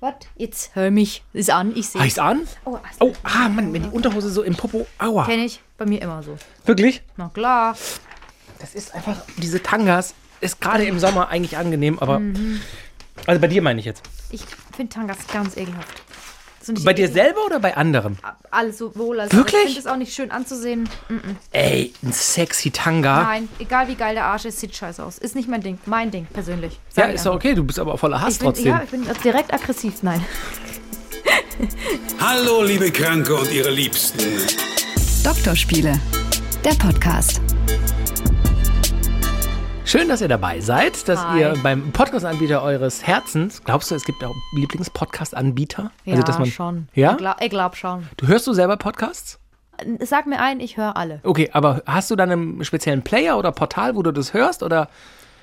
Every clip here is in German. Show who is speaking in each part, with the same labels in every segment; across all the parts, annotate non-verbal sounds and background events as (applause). Speaker 1: Was? Jetzt hör mich. Ist an, ich sehe.
Speaker 2: Heiß an?
Speaker 1: Oh,
Speaker 2: Oh, ah, Mann, wenn die Unterhose so im Popo. Aua.
Speaker 1: Kenne ich. Bei mir immer so.
Speaker 2: Wirklich?
Speaker 1: Na klar.
Speaker 2: Das ist einfach. Diese Tangas ist gerade im Sommer eigentlich angenehm, aber.
Speaker 1: Mhm.
Speaker 2: Also bei dir meine ich jetzt.
Speaker 1: Ich finde Tangas ganz ekelhaft. So nicht
Speaker 2: Bei dir
Speaker 1: ekelhaft,
Speaker 2: selber oder bei anderen?
Speaker 1: Alles sowohl als
Speaker 2: Wirklich?
Speaker 1: Ich finde es auch nicht schön anzusehen.
Speaker 2: Ey, ein sexy Tanga.
Speaker 1: Nein, egal wie geil der Arsch ist, sieht scheiße aus. Ist nicht mein Ding. Mein Ding, persönlich.
Speaker 2: Ja,
Speaker 1: ich
Speaker 2: ist doch
Speaker 1: einfach.
Speaker 2: okay, du bist aber voller Hass
Speaker 1: ich bin,
Speaker 2: trotzdem.
Speaker 1: ja, ich bin direkt aggressiv. Nein.
Speaker 3: Hallo, liebe Kranke und ihre Liebsten.
Speaker 4: Doktorspiele, der Podcast.
Speaker 2: Schön, dass ihr dabei seid, dass
Speaker 1: Hi.
Speaker 2: ihr beim Podcast-Anbieter eures Herzens, glaubst du, es gibt auch Lieblings-Podcast-Anbieter? Also,
Speaker 1: ja, schon.
Speaker 2: Ja?
Speaker 1: Ich glaub, ich glaub schon.
Speaker 2: Du hörst du selber Podcasts?
Speaker 1: Sag mir ein, ich höre alle.
Speaker 2: Okay, aber hast du dann einen speziellen Player oder Portal, wo du das hörst? Oder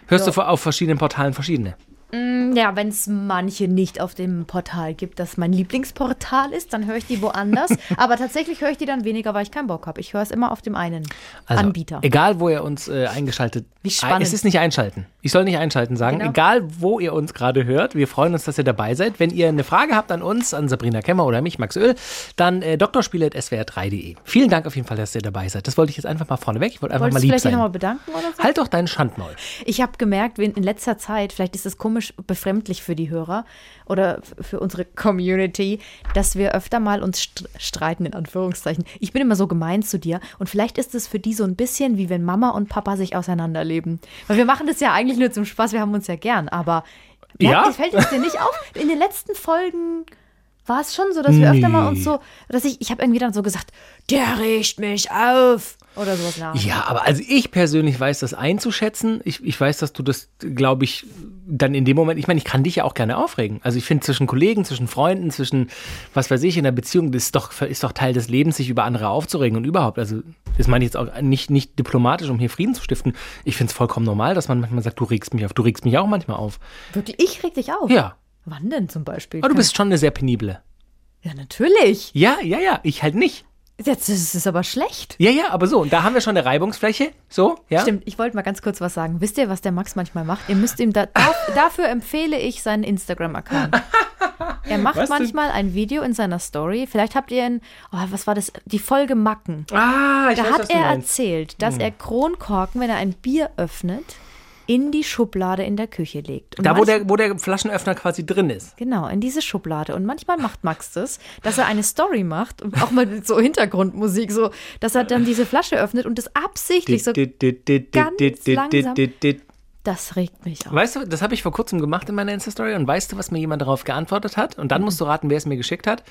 Speaker 2: hörst du auf verschiedenen Portalen verschiedene?
Speaker 1: Ja, wenn es manche nicht auf dem Portal gibt, das mein Lieblingsportal ist, dann höre ich die
Speaker 2: (laughs)
Speaker 1: woanders. Aber tatsächlich höre ich die dann weniger, weil ich keinen Bock habe. Ich höre es immer auf dem einen
Speaker 2: Also,
Speaker 1: Anbieter.
Speaker 2: Egal, wo ihr uns äh, eingeschaltet.
Speaker 1: Wie spannend.
Speaker 2: Es ist nicht einschalten. Ich soll nicht einschalten sagen.
Speaker 1: Genau.
Speaker 2: Egal, wo ihr uns gerade hört. Wir freuen uns, dass ihr dabei seid. Wenn ihr eine Frage habt an uns, an Sabrina Kemmer oder mich, Max Öl, dann äh, drspiele.swr3.de. Vielen Dank auf jeden Fall, dass ihr dabei seid. Das wollte ich jetzt einfach mal vorneweg. Ich wollte einfach
Speaker 1: Wolltest du
Speaker 2: mal lieb
Speaker 1: vielleicht
Speaker 2: sein.
Speaker 1: nochmal bedanken oder so?
Speaker 2: Halt doch deinen Schandmaul.
Speaker 1: Ich habe gemerkt, wenn in letzter Zeit, vielleicht ist es komisch befremdlich für die Hörer oder f- für unsere Community, dass wir öfter mal uns str- streiten, in Anführungszeichen. Ich bin immer so gemein zu dir und vielleicht ist es für die so ein bisschen wie wenn Mama und Papa sich auseinanderleben. Weil wir machen das ja eigentlich nur zum Spaß, wir haben uns ja gern, aber
Speaker 2: Ja.
Speaker 1: merkt- fällt es dir nicht auf? In den letzten Folgen war es schon so, dass wir öfter mal uns so, dass ich, ich habe irgendwie dann so gesagt, der riecht mich auf oder sowas nach.
Speaker 2: Ja, aber also ich persönlich weiß das einzuschätzen. Ich, ich weiß, dass du das, glaube ich, dann in dem Moment, ich meine, ich kann dich ja auch gerne aufregen. Also ich finde zwischen Kollegen, zwischen Freunden, zwischen was weiß ich, in einer Beziehung, das ist doch, ist doch Teil des Lebens, sich über andere aufzuregen und überhaupt. Also das meine ich jetzt auch nicht, nicht diplomatisch, um hier Frieden zu stiften. Ich finde es vollkommen normal, dass man manchmal sagt, du regst mich auf. Du regst mich auch manchmal auf.
Speaker 1: Wirklich, ich reg dich auf.
Speaker 2: Ja.
Speaker 1: Wann denn zum Beispiel?
Speaker 2: Aber du bist schon eine sehr penible.
Speaker 1: Ja, natürlich.
Speaker 2: Ja, ja, ja, ich halt nicht.
Speaker 1: Jetzt ist es aber schlecht.
Speaker 2: Ja, ja, aber so. Und da haben wir schon eine Reibungsfläche. So, ja.
Speaker 1: Stimmt, ich wollte mal ganz kurz was sagen. Wisst ihr, was der Max manchmal macht? Ihr müsst ihm da,
Speaker 2: (laughs)
Speaker 1: da, dafür empfehle ich seinen Instagram-Account. Er macht
Speaker 2: Was denn?
Speaker 1: manchmal ein Video in seiner Story. Vielleicht habt ihr ihn, oh, was war das? Die Folge Macken.
Speaker 2: Ah, ich
Speaker 1: Da
Speaker 2: weiß, was
Speaker 1: hat
Speaker 2: du
Speaker 1: er
Speaker 2: meinst. Hm.
Speaker 1: erzählt, dass er Kronkorken, wenn er ein Bier öffnet, in die Schublade in der Küche legt. Und
Speaker 2: Da, wo
Speaker 1: manch-
Speaker 2: der, wo der Flaschenöffner quasi drin ist.
Speaker 1: Genau, in diese Schublade. Und manchmal macht Max das, dass er eine Story macht, und auch mal mit so Hintergrundmusik, so, dass er dann diese Flasche öffnet und das absichtlich so. ganz langsam. Das regt mich auf.
Speaker 2: Weißt du, das habe ich vor kurzem gemacht in meiner Insta-Story und weißt du, was mir jemand darauf geantwortet hat? Und dann
Speaker 1: Mhm.
Speaker 2: musst du raten, wer es mir geschickt hat.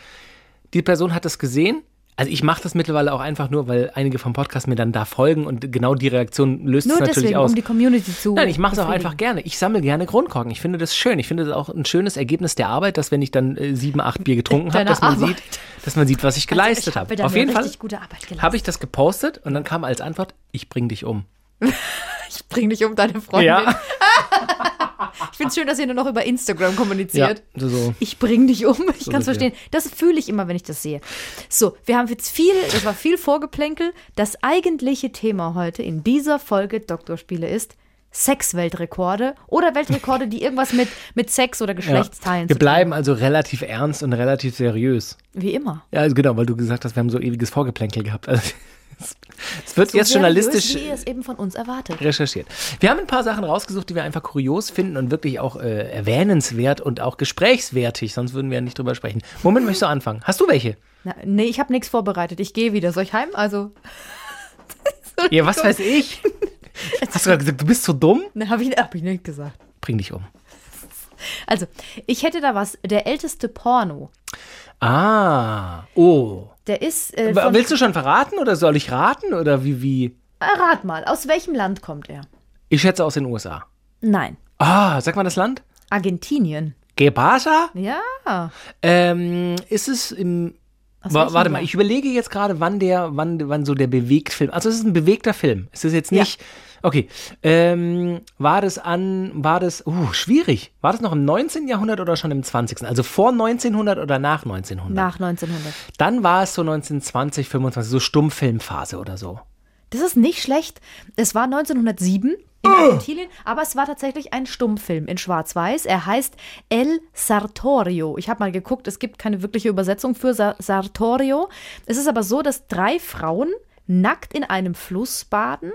Speaker 2: Die Person hat das gesehen. Also ich mache das mittlerweile auch einfach nur, weil einige vom Podcast mir dann da folgen und genau die Reaktion löst
Speaker 1: Nur
Speaker 2: es natürlich
Speaker 1: deswegen,
Speaker 2: aus.
Speaker 1: um die Community zu. Also,
Speaker 2: Nein, ich mache es auch
Speaker 1: befriedigen.
Speaker 2: einfach gerne. Ich sammle gerne Kronkorken. Ich finde das schön. Ich finde das auch ein schönes Ergebnis der Arbeit, dass wenn ich dann äh, sieben, acht
Speaker 1: (laughs)
Speaker 2: Bier getrunken habe,
Speaker 1: Deiner
Speaker 2: dass man
Speaker 1: Arbeit.
Speaker 2: sieht, dass man sieht, was ich
Speaker 1: Also
Speaker 2: geleistet
Speaker 1: ich habe
Speaker 2: habe. Auf jeden Fall
Speaker 1: richtig gute Arbeit geleistet.
Speaker 2: habe ich das gepostet und dann kam als Antwort, ich bring dich um.
Speaker 1: Ich bring dich um deine Freundin.
Speaker 2: Ja.
Speaker 1: ich finde es schön, dass ihr nur noch über Instagram kommuniziert.
Speaker 2: Ja, so.
Speaker 1: Ich bring dich um. (laughs) Ich kann es
Speaker 2: ungefähr.
Speaker 1: verstehen. Das fühle ich immer, wenn ich das sehe. So, wir haben jetzt viel, das war viel Vorgeplänkel. Das eigentliche Thema heute in dieser Folge Doktorspiele ist Sexweltrekorde oder Weltrekorde, die irgendwas mit, mit Sex oder Geschlechtsteilen
Speaker 2: Wir
Speaker 1: zu tun haben.
Speaker 2: bleiben also relativ ernst und relativ seriös.
Speaker 1: Wie immer.
Speaker 2: Ja, also genau, weil du gesagt hast, wir haben so ewiges Vorgeplänkel gehabt. Also, es, es wird jetzt
Speaker 1: So
Speaker 2: journalistisch
Speaker 1: seriös, Wie ihr es eben von uns erwartet.
Speaker 2: recherchiert. Wir haben ein paar Sachen rausgesucht, die wir einfach kurios finden und wirklich auch äh, erwähnenswert und auch gesprächswertig, sonst würden wir ja nicht drüber sprechen. Womit möchtest du anfangen? Hast du welche?
Speaker 1: Na, nee, ich habe nichts vorbereitet. Ich gehe wieder. Soll ich heim? Also,
Speaker 2: Ja, was
Speaker 1: (laughs)
Speaker 2: weiß ich? Hast du gerade gesagt, du bist so dumm?
Speaker 1: ne, habe ich, hab ich nicht gesagt.
Speaker 2: Bring dich um.
Speaker 1: Also, ich hätte da was. Der älteste Porno.
Speaker 2: Ah, oh.
Speaker 1: Der ist äh, von, äh,
Speaker 2: Willst du schon verraten oder soll ich raten oder wie, wie?
Speaker 1: Rat mal, aus welchem Land kommt er?
Speaker 2: Ich schätze aus den USA.
Speaker 1: Nein.
Speaker 2: Ah, sag mal das Land?
Speaker 1: Argentinien.
Speaker 2: ¿Qué pasa?
Speaker 1: Ja.
Speaker 2: Ähm, ist es im.
Speaker 1: Aus
Speaker 2: Wa
Speaker 1: welchem
Speaker 2: warte mal,
Speaker 1: Jahr?
Speaker 2: ich überlege jetzt gerade, wann der, wann, wann so der Bewegtfilm. Also es ist ein bewegter Film. Es ist jetzt
Speaker 1: Ja.
Speaker 2: nicht. Okay. Ähm, war das an, war das, uh, schwierig. War das noch im 19. Jahrhundert oder schon im 20.? Also vor 1900 oder nach 1900?
Speaker 1: Nach 1900.
Speaker 2: Dann war es so 1920, 25, so Stummfilmphase oder so.
Speaker 1: Das ist nicht schlecht. Es war 1907 in Argentinien. Aber es war tatsächlich ein Stummfilm in Schwarz-Weiß. Er heißt El Sartorio. Ich habe mal geguckt, es gibt keine wirkliche Übersetzung für Sa Sartorio. Es ist aber so, dass drei Frauen nackt in einem Fluss baden,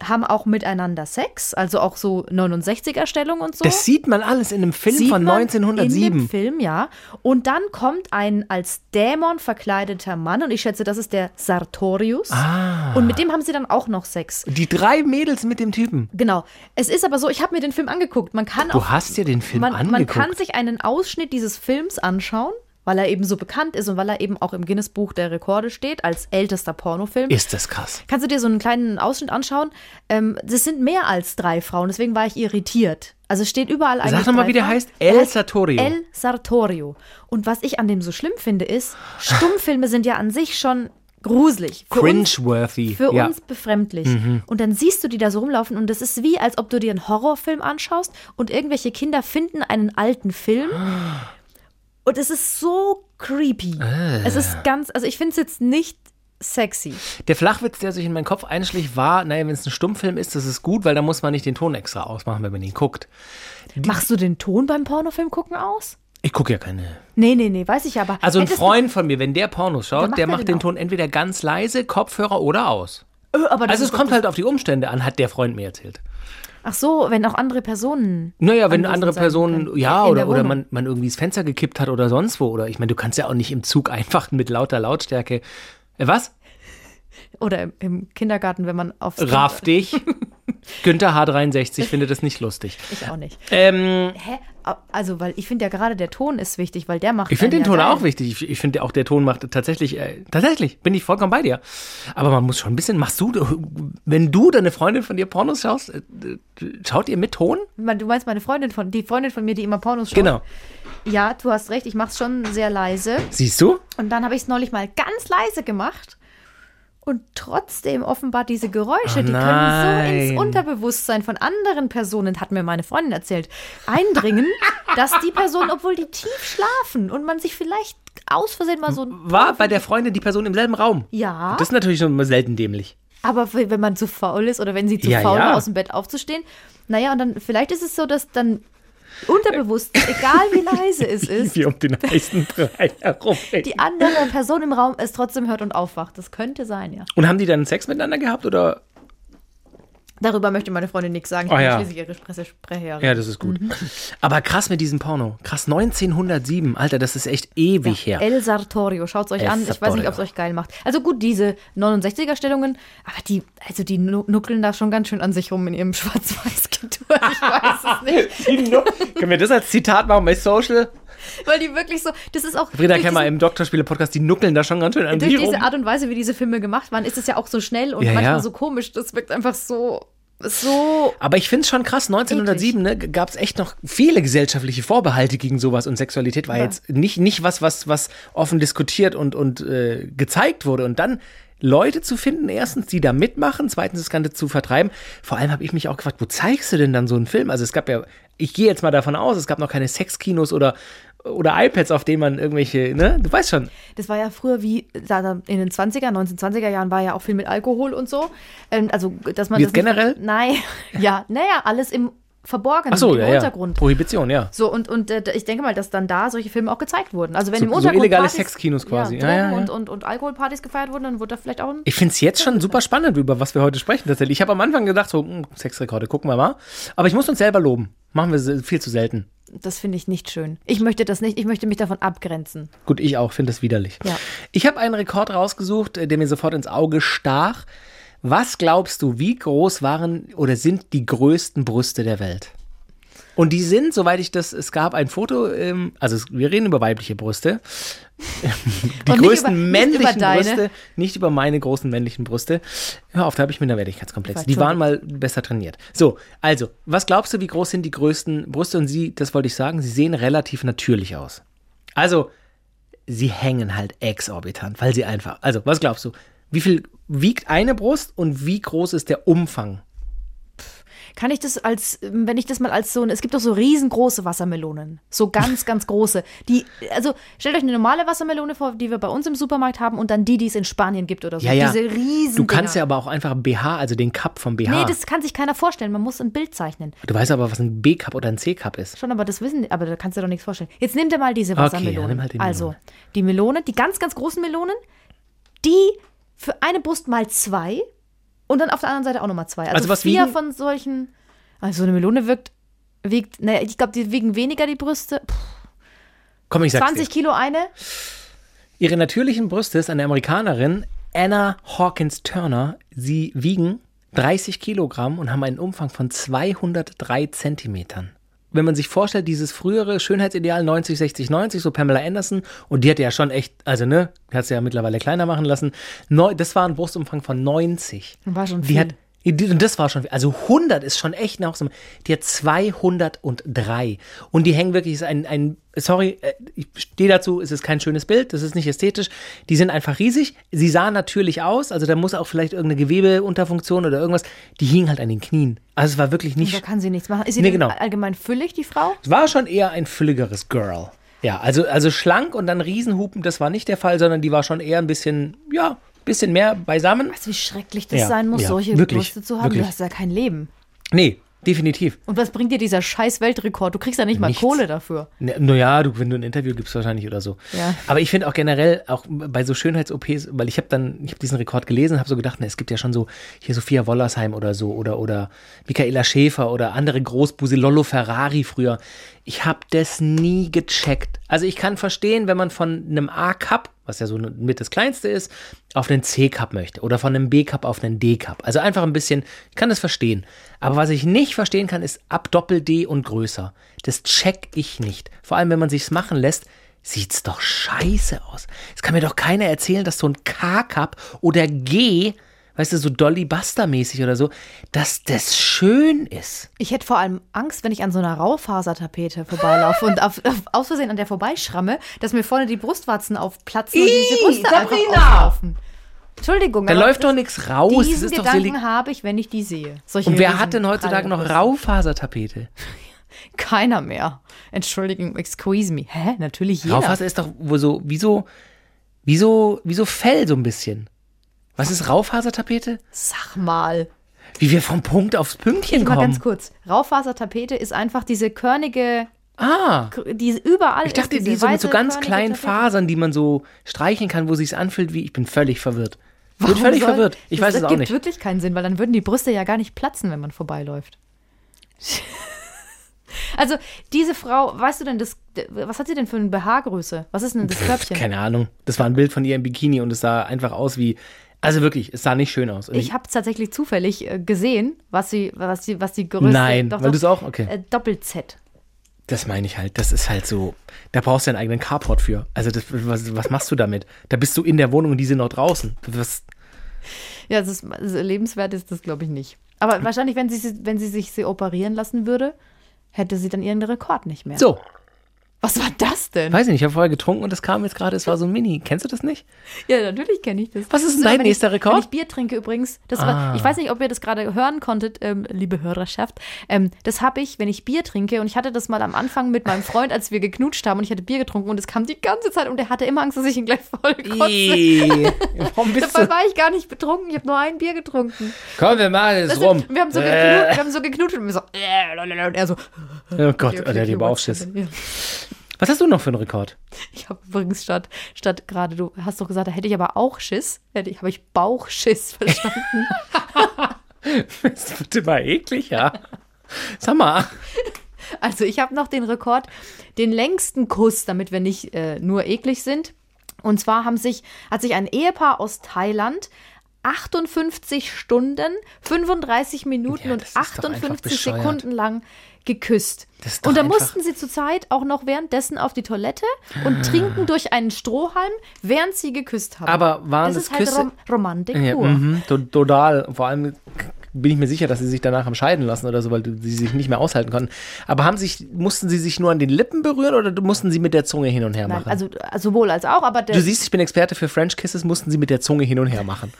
Speaker 1: haben auch miteinander Sex, also auch so 69er-Stellung und so.
Speaker 2: Das sieht man alles in einem Film
Speaker 1: Sieht
Speaker 2: von
Speaker 1: man In
Speaker 2: 1907.
Speaker 1: dem Film, ja. Und dann kommt ein als Dämon verkleideter Mann und ich schätze, das ist der Sartorius.
Speaker 2: Ah.
Speaker 1: Und mit dem haben sie dann auch noch Sex.
Speaker 2: Die drei Mädels mit dem Typen.
Speaker 1: Genau. Es ist aber so, ich habe mir den Film angeguckt. Man kann
Speaker 2: Du
Speaker 1: auch,
Speaker 2: hast dir den Film
Speaker 1: man, man
Speaker 2: angeguckt.
Speaker 1: kann sich einen Ausschnitt dieses Films anschauen, weil er eben so bekannt ist und weil er eben auch im Guinness Buch der Rekorde steht als ältester Pornofilm.
Speaker 2: ist das krass.
Speaker 1: Kannst du dir so einen kleinen Ausschnitt anschauen? Ähm, das sind mehr als drei Frauen, deswegen war ich irritiert. Also es steht überall eigentlich.
Speaker 2: doch mal,
Speaker 1: drei
Speaker 2: wie der
Speaker 1: Frauen.
Speaker 2: heißt.
Speaker 1: Der
Speaker 2: El
Speaker 1: heißt
Speaker 2: Sartorio.
Speaker 1: El Sartorio. Und was ich an dem so schlimm finde, ist, Stummfilme sind ja an sich schon gruselig. Für uns-
Speaker 2: Cringeworthy.
Speaker 1: für
Speaker 2: ja. Mhm.
Speaker 1: uns befremdlich. Und dann siehst du die da so rumlaufen und das ist wie, als ob du dir einen Horrorfilm anschaust und irgendwelche Kinder finden einen alten Film. Und es ist so creepy.
Speaker 2: Ah.
Speaker 1: Es ist ganz, also ich finde es jetzt nicht sexy.
Speaker 2: Der Flachwitz, der sich in meinen Kopf einschlich, war, naja, wenn es ein Stummfilm ist, das ist gut, weil da muss man nicht den Ton extra ausmachen, wenn man ihn guckt.
Speaker 1: Machst du den Ton beim Pornofilm gucken aus?
Speaker 2: Ich gucke ja keine.
Speaker 1: Nee, nee, nee, weiß ich aber.
Speaker 2: Also ein
Speaker 1: Hättest
Speaker 2: Freund von mir, wenn der Pornos
Speaker 1: Dann
Speaker 2: schaut,
Speaker 1: macht genau.
Speaker 2: der
Speaker 1: er
Speaker 2: macht
Speaker 1: den
Speaker 2: den Ton entweder ganz leise, Kopfhörer oder aus.
Speaker 1: Du, Ö, Äh, aber das
Speaker 2: Also es
Speaker 1: ist doch
Speaker 2: kommt
Speaker 1: das-
Speaker 2: halt auf die Umstände an, hat der Freund mir erzählt.
Speaker 1: Ach so, wenn auch andere Personen.
Speaker 2: Naja, wenn
Speaker 1: anwesend
Speaker 2: andere
Speaker 1: sein
Speaker 2: Personen,
Speaker 1: können.
Speaker 2: ja,
Speaker 1: In
Speaker 2: oder,
Speaker 1: der
Speaker 2: oder
Speaker 1: Wohnung.
Speaker 2: man, man irgendwie das Fenster gekippt hat oder sonst wo. Oder ich meine, du kannst ja auch nicht im Zug (laughs) einfach mit lauter Lautstärke. Äh, Was?
Speaker 1: Oder im, im Kindergarten, wenn man aufs.
Speaker 2: Raff dich. Günther H63 findet das nicht lustig.
Speaker 1: Ich auch nicht.
Speaker 2: Ähm,
Speaker 1: Hä? Also, weil ich finde ja gerade der Ton ist wichtig, weil der macht.
Speaker 2: ich finde den
Speaker 1: einen ja
Speaker 2: Ton
Speaker 1: geil.
Speaker 2: auch wichtig. Ich, ich finde auch, der Ton macht tatsächlich, äh, tatsächlich, bin ich vollkommen bei dir. Aber man muss schon ein bisschen, machst du, wenn du deine Freundin von dir Pornos schaust, äh, äh, schaut ihr mit Ton?
Speaker 1: Man- Du meinst meine Freundin von, die Freundin von mir, die immer Pornos schaut?
Speaker 2: Genau.
Speaker 1: Ja, du hast recht, ich mach's schon sehr leise.
Speaker 2: Siehst du?
Speaker 1: Und dann habe ich es neulich mal ganz leise gemacht. Und trotzdem offenbar diese Geräusche,
Speaker 2: Oh
Speaker 1: die können so
Speaker 2: nein.
Speaker 1: ins Unterbewusstsein von anderen Personen, hat mir meine Freundin erzählt, eindringen,
Speaker 2: (laughs)
Speaker 1: dass die Personen, obwohl die tief schlafen und man sich vielleicht aus Versehen mal so.
Speaker 2: War bei der Freundin die Person im selben Raum?
Speaker 1: Ja.
Speaker 2: Das ist natürlich schon mal selten dämlich.
Speaker 1: Aber w- wenn man zu faul ist oder wenn sie zu
Speaker 2: Ja,
Speaker 1: faul
Speaker 2: ja.
Speaker 1: war, aus dem Bett aufzustehen, naja, und dann vielleicht ist es so, dass dann unterbewusst, egal wie leise
Speaker 2: (laughs)
Speaker 1: es ist,
Speaker 2: Wie um
Speaker 1: (laughs)
Speaker 2: den heißen Brei herum.
Speaker 1: die andere Person im Raum es trotzdem hört und aufwacht. Das könnte sein, ja.
Speaker 2: Und haben die dann Sex miteinander gehabt oder?
Speaker 1: Darüber möchte meine Freundin nichts sagen. Ich
Speaker 2: Ah,
Speaker 1: bin
Speaker 2: ja.
Speaker 1: schließlich ihre Pressesprecherin.
Speaker 2: Ja, das ist gut.
Speaker 1: Mhm.
Speaker 2: Aber krass mit diesem Porno. Krass 1907, Alter, das ist echt ewig her.
Speaker 1: El Sartorio, schaut's euch
Speaker 2: El
Speaker 1: an. Ich weiß nicht,
Speaker 2: Sartorio.
Speaker 1: ob es euch geil macht. Also gut, diese 69er-Stellungen, aber die, also die nu- nuckeln da schon ganz schön an sich rum in ihrem (laughs) Schwarz-Weiß-Getue. Ich weiß es nicht.
Speaker 2: Können wir das als Zitat machen bei Social?
Speaker 1: Weil die wirklich so, das ist auch.
Speaker 2: Frieda
Speaker 1: durch
Speaker 2: Kemmer im Doktorspiele-Podcast, die nuckeln da schon ganz schön an
Speaker 1: durch
Speaker 2: die rum.
Speaker 1: diese Art und Weise, wie diese Filme gemacht waren, ist es ja auch so schnell und
Speaker 2: Ja,
Speaker 1: manchmal
Speaker 2: ja.
Speaker 1: so komisch. Das wirkt einfach so, so.
Speaker 2: Aber ich finde es schon krass, 1907 ne, gab es echt noch viele gesellschaftliche Vorbehalte gegen sowas und Sexualität war
Speaker 1: Ja.
Speaker 2: jetzt nicht, nicht was, was, was offen diskutiert und, und äh, gezeigt wurde. Und dann Leute zu finden, erstens, die da mitmachen, zweitens das Ganze zu vertreiben. Vor allem habe ich mich auch gefragt, wo zeigst du denn dann so einen Film? Also es gab ja, ich gehe jetzt mal davon aus, es gab noch keine Sexkinos oder, oder iPads, auf denen man irgendwelche, ne, du weißt schon,
Speaker 1: Das war ja früher wie da- da in den 20er, 1920er Jahren war ja auch viel mit Alkohol und so. Ähm, also, dass man.
Speaker 2: Wie
Speaker 1: das nicht-
Speaker 2: jetzt generell?
Speaker 1: Nein. (laughs) Ja, naja, alles im Verborgenen,
Speaker 2: Ach so,
Speaker 1: im
Speaker 2: ja, ja.
Speaker 1: Untergrund.
Speaker 2: Prohibition, ja.
Speaker 1: So, und, und äh, ich denke mal, dass dann da solche Filme auch gezeigt wurden. Also, wenn
Speaker 2: So-
Speaker 1: im
Speaker 2: so
Speaker 1: Untergrund.
Speaker 2: illegale
Speaker 1: Partys-
Speaker 2: Sexkinos quasi.
Speaker 1: Ja,
Speaker 2: Ja, ja,
Speaker 1: Drogen
Speaker 2: ja.
Speaker 1: Und, und, und Alkoholpartys gefeiert wurden, dann wurde da vielleicht auch ein.
Speaker 2: Ich finde es jetzt schon super spannend, über was wir heute sprechen. Tatsächlich. Ich habe am Anfang gedacht, so, hm, Sexrekorde, gucken wir mal. Aber ich muss uns selber loben. Machen wir se- viel zu selten.
Speaker 1: Das finde ich nicht schön. Ich möchte das nicht, ich möchte mich davon abgrenzen.
Speaker 2: Gut, ich auch, finde das widerlich.
Speaker 1: Ja.
Speaker 2: Ich habe einen Rekord rausgesucht, äh, der mir sofort ins Auge stach. Was glaubst du, wie groß waren oder sind die größten Brüste der Welt? Und die sind, soweit ich das, es gab ein Foto, ähm, also es, wir reden über weibliche Brüste. (laughs) Die
Speaker 1: Und nicht
Speaker 2: größten
Speaker 1: über- nicht
Speaker 2: männlichen
Speaker 1: über deine.
Speaker 2: Brüste, nicht über meine großen männlichen Brüste. Hör auf, da habe ich Minderwertigkeitskomplexe. Die waren mal besser trainiert. So, also, was glaubst du, wie groß sind die größten Brüste? Und sie, das wollte ich sagen, sie sehen relativ natürlich aus. Also, sie hängen halt exorbitant, weil sie einfach. Also, was glaubst du? Wie viel wiegt eine Brust und wie groß ist der Umfang?
Speaker 1: Kann ich das als, ähm, wenn ich das mal als so, es gibt doch so riesengroße Wassermelonen. So
Speaker 2: (laughs)
Speaker 1: ganz, ganz große. Die, also stellt euch eine normale Wassermelone vor, die wir bei uns im Supermarkt haben und dann die, die es in Spanien gibt oder so.
Speaker 2: Ja, ja.
Speaker 1: Diese riesen
Speaker 2: Du kannst ja
Speaker 1: Dinger.
Speaker 2: aber auch einfach BH, also den Cup vom BH.
Speaker 1: Nee, das kann sich keiner vorstellen. Man muss ein Bild zeichnen.
Speaker 2: du weißt aber, was ein B-Cup oder ein C-Cup ist.
Speaker 1: Schon, aber das wissen, aber da kannst du dir doch nichts vorstellen. Jetzt nimm dir mal diese
Speaker 2: Okay,
Speaker 1: Wassermelone.
Speaker 2: ja, nimm halt die Melone.
Speaker 1: also, die Melone, die ganz, ganz großen Melonen, die für eine Brust mal zwei und dann auf der anderen Seite auch nochmal zwei. Also,
Speaker 2: Also was
Speaker 1: vier
Speaker 2: wiegen-
Speaker 1: von solchen. Also eine Melone wirkt, wiegt, naja, ich glaube, die wiegen weniger die Brüste. Pff,
Speaker 2: Komm, ich sag's
Speaker 1: 20
Speaker 2: dir.
Speaker 1: Kilo eine.
Speaker 2: Ihre natürlichen Brüste ist eine Amerikanerin, Anna Hawkins Turner. Sie wiegen 30 Kilogramm und haben einen Umfang von 203 Zentimetern. Wenn man sich vorstellt, dieses frühere Schönheitsideal 90, 60, 90, so Pamela Anderson, und die hat ja schon echt, also ne, hat sie ja mittlerweile kleiner machen lassen, neu, das war ein Brustumfang von 90.
Speaker 1: War schon
Speaker 2: Die
Speaker 1: viel.
Speaker 2: hat, die- und das war schon, viel. also 100 ist schon echt eine Hausnummer. Die hat 203 und die hängen wirklich, ist ein, ein sorry, äh, ich stehe dazu, es ist kein schönes Bild, das ist nicht ästhetisch. Die sind einfach riesig. Sie sahen natürlich aus, also da muss auch vielleicht irgendeine Gewebeunterfunktion oder irgendwas. Die hingen halt an den Knien. Also es war wirklich
Speaker 1: Da
Speaker 2: nicht,
Speaker 1: kann sie nichts machen. Ist sie
Speaker 2: Nee,
Speaker 1: denn
Speaker 2: genau.
Speaker 1: allgemein füllig, die Frau?
Speaker 2: es war schon eher ein fülligeres Girl. Ja, also, also schlank und dann Riesenhupen, das war nicht der Fall, sondern die war schon eher ein bisschen, ja, bisschen mehr beisammen.
Speaker 1: Weißt du, Also wie schrecklich das
Speaker 2: Ja,
Speaker 1: sein muss,
Speaker 2: ja,
Speaker 1: solche
Speaker 2: wirklich,
Speaker 1: Brüste zu haben?
Speaker 2: wirklich.
Speaker 1: Du hast ja kein Leben.
Speaker 2: Nee, definitiv.
Speaker 1: Und was bringt dir dieser scheiß Weltrekord? Du kriegst ja nicht mal
Speaker 2: Nichts.
Speaker 1: Kohle dafür.
Speaker 2: Naja, Ne, du, wenn du ein Interview gibst wahrscheinlich oder so.
Speaker 1: Ja.
Speaker 2: Aber ich finde auch generell, auch bei so Schönheits-OPs, weil ich habe dann, ich habe diesen Rekord gelesen, habe so gedacht, na, es gibt ja schon so, hier Sophia Wollersheim oder so, oder, oder Michaela Schäfer oder andere Großbuse, Lollo Ferrari früher. Ich habe das nie gecheckt. Also ich kann verstehen, wenn man von einem A-Cup, was ja so ne, mit das kleinste ist, auf einen C-Cup möchte oder von einem B-Cup auf einen D-Cup. Also einfach ein bisschen, ich kann das verstehen. Aber was ich nicht verstehen kann, ist ab Doppel-D und größer. Das check ich nicht. Vor allem, wenn man sich's machen lässt, sieht's doch scheiße aus. Es kann mir doch keiner erzählen, dass so ein K-Cup oder G, weißt du, so Dolly Buster-mäßig oder so, dass das schön ist.
Speaker 1: Ich hätte vor allem Angst, wenn ich an so einer Raufasertapete vorbeilaufe und auf, auf, aus Versehen an der vorbeischramme, dass mir vorne die Brustwarzen aufplatzen und
Speaker 2: Ih,
Speaker 1: diese Brüste
Speaker 2: Sabrina!
Speaker 1: einfach auflaufen. Entschuldigung,
Speaker 2: Da
Speaker 1: aber
Speaker 2: läuft
Speaker 1: das-
Speaker 2: doch nichts raus. Das
Speaker 1: Diesen
Speaker 2: ist doch
Speaker 1: Gedanken
Speaker 2: selig.
Speaker 1: habe ich, wenn ich die sehe. Solche
Speaker 2: Und wer
Speaker 1: riesen
Speaker 2: hat denn heutzutage noch
Speaker 1: Prallbrüste.
Speaker 2: Raufasertapete?
Speaker 1: Keiner mehr. Entschuldigung, excuse me. Hä? Natürlich jeder.
Speaker 2: Raufaser ist doch wo so, wie so, wie so, wie so Fell so ein bisschen. Was ist Raufasertapete?
Speaker 1: Sag mal.
Speaker 2: Wie wir vom Punkt aufs Pünktchen
Speaker 1: Mal
Speaker 2: kommen.
Speaker 1: ganz kurz. Raufasertapete ist einfach diese körnige,
Speaker 2: ah,
Speaker 1: die überall
Speaker 2: ich dachte,
Speaker 1: ist.
Speaker 2: die
Speaker 1: diese
Speaker 2: so mit
Speaker 1: weiße,
Speaker 2: so ganz
Speaker 1: körnige
Speaker 2: kleinen
Speaker 1: Tapete.
Speaker 2: Fasern, die man so streicheln kann, wo sich's anfühlt, wie ich bin völlig verwirrt. Ich bin
Speaker 1: Warum
Speaker 2: völlig
Speaker 1: soll-
Speaker 2: verwirrt. Ich weiß
Speaker 1: das
Speaker 2: es auch
Speaker 1: gibt
Speaker 2: nicht.
Speaker 1: wirklich keinen Sinn, weil dann würden die Brüste ja gar nicht platzen, wenn man
Speaker 2: (laughs)
Speaker 1: vorbeiläuft. Also, diese Frau, weißt du denn, das, was hat sie denn für eine BH-Größe? Was ist denn das Körbchen?
Speaker 2: Keine Ahnung. Das war ein Bild von ihr im Bikini und es sah einfach aus wie. Also wirklich, es sah nicht schön aus. Und
Speaker 1: Ich habe tatsächlich zufällig äh, gesehen, was sie, was sie, was die Größe.
Speaker 2: Nein, weil du's auch- okay.
Speaker 1: Äh, Doppel-Z.
Speaker 2: Das meine ich halt. Das ist halt so. Da brauchst du einen eigenen Carport für. Also, das, was, was machst du damit? Da bist du in der Wohnung und die sind noch draußen. Was,
Speaker 1: Ja, das ist, also lebenswert ist das, glaube ich, nicht.
Speaker 2: Hm.
Speaker 1: Aber wahrscheinlich, wenn sie, sie- wenn sie sich sie operieren lassen würde, hätte sie dann ihren Rekord nicht mehr.
Speaker 2: so,
Speaker 1: Was war das denn?
Speaker 2: weiß ich nicht. Ich habe vorher getrunken und das kam jetzt gerade. Es war so ein Mini. Kennst du das nicht?
Speaker 1: Ja, natürlich kenne ich das.
Speaker 2: Was ist denn
Speaker 1: So,
Speaker 2: dein
Speaker 1: wenn
Speaker 2: nächster
Speaker 1: ich,
Speaker 2: Rekord? Ah.
Speaker 1: Wenn ich Bier trinke übrigens, das war, ich weiß nicht, ob ihr das gerade hören konntet, ähm, liebe Hörerschaft. Ähm, das habe ich, wenn ich Bier trinke und ich hatte das mal am Anfang mit meinem Freund, als wir geknutscht haben und ich hatte Bier getrunken und es kam die ganze Zeit und er hatte immer Angst, dass ich ihn gleich voll (laughs) kotze.
Speaker 2: Ih, (laughs) Warum bist
Speaker 1: Dabei
Speaker 2: du?
Speaker 1: war ich gar nicht betrunken, ich habe nur ein Bier getrunken.
Speaker 2: Komm, wir machen es
Speaker 1: Das
Speaker 2: rum.
Speaker 1: wir, haben so geknut, wir haben so geknutscht und wir so, äh, lalala, und er so,
Speaker 2: Oh Äh. Gott, der hat aber auch Schiss.
Speaker 1: Ja.
Speaker 2: Was hast du noch für einen Rekord? (laughs)
Speaker 1: Ich habe übrigens statt, statt gerade, du hast doch gesagt, da hätte ich aber auch Schiss, hätte ich, habe ich Bauchschiss verstanden.
Speaker 2: Das wird immer ekliger. (laughs) Sag mal.
Speaker 1: Also ich habe noch den Rekord, den längsten Kuss, damit wir nicht äh, nur eklig sind. Und zwar haben sich, hat sich ein Ehepaar aus Thailand 58 Stunden, 35 Minuten
Speaker 2: Ja,
Speaker 1: und
Speaker 2: das ist doch einfach
Speaker 1: 58
Speaker 2: bescheuert.
Speaker 1: Sekunden lang geküsst.
Speaker 2: Das ist doch
Speaker 1: Und da
Speaker 2: einfach-
Speaker 1: mussten sie zurzeit auch noch währenddessen auf die Toilette
Speaker 2: Ah.
Speaker 1: und trinken durch einen Strohhalm, während sie geküsst haben.
Speaker 2: Aber waren
Speaker 1: das ist
Speaker 2: das
Speaker 1: halt
Speaker 2: Küsse-
Speaker 1: Rom Romantik
Speaker 2: Ja,
Speaker 1: pur.
Speaker 2: mhm, to- total. Vor allem bin ich mir sicher, dass sie sich danach haben scheiden lassen oder so, weil sie sich nicht mehr aushalten konnten. Aber haben sich, mussten sie sich nur an den Lippen berühren oder mussten sie mit der Zunge hin und her
Speaker 1: Nein,
Speaker 2: machen?
Speaker 1: also sowohl als auch, aber der,
Speaker 2: du siehst, ich bin Experte für French Kisses, mussten sie mit der Zunge hin und her machen.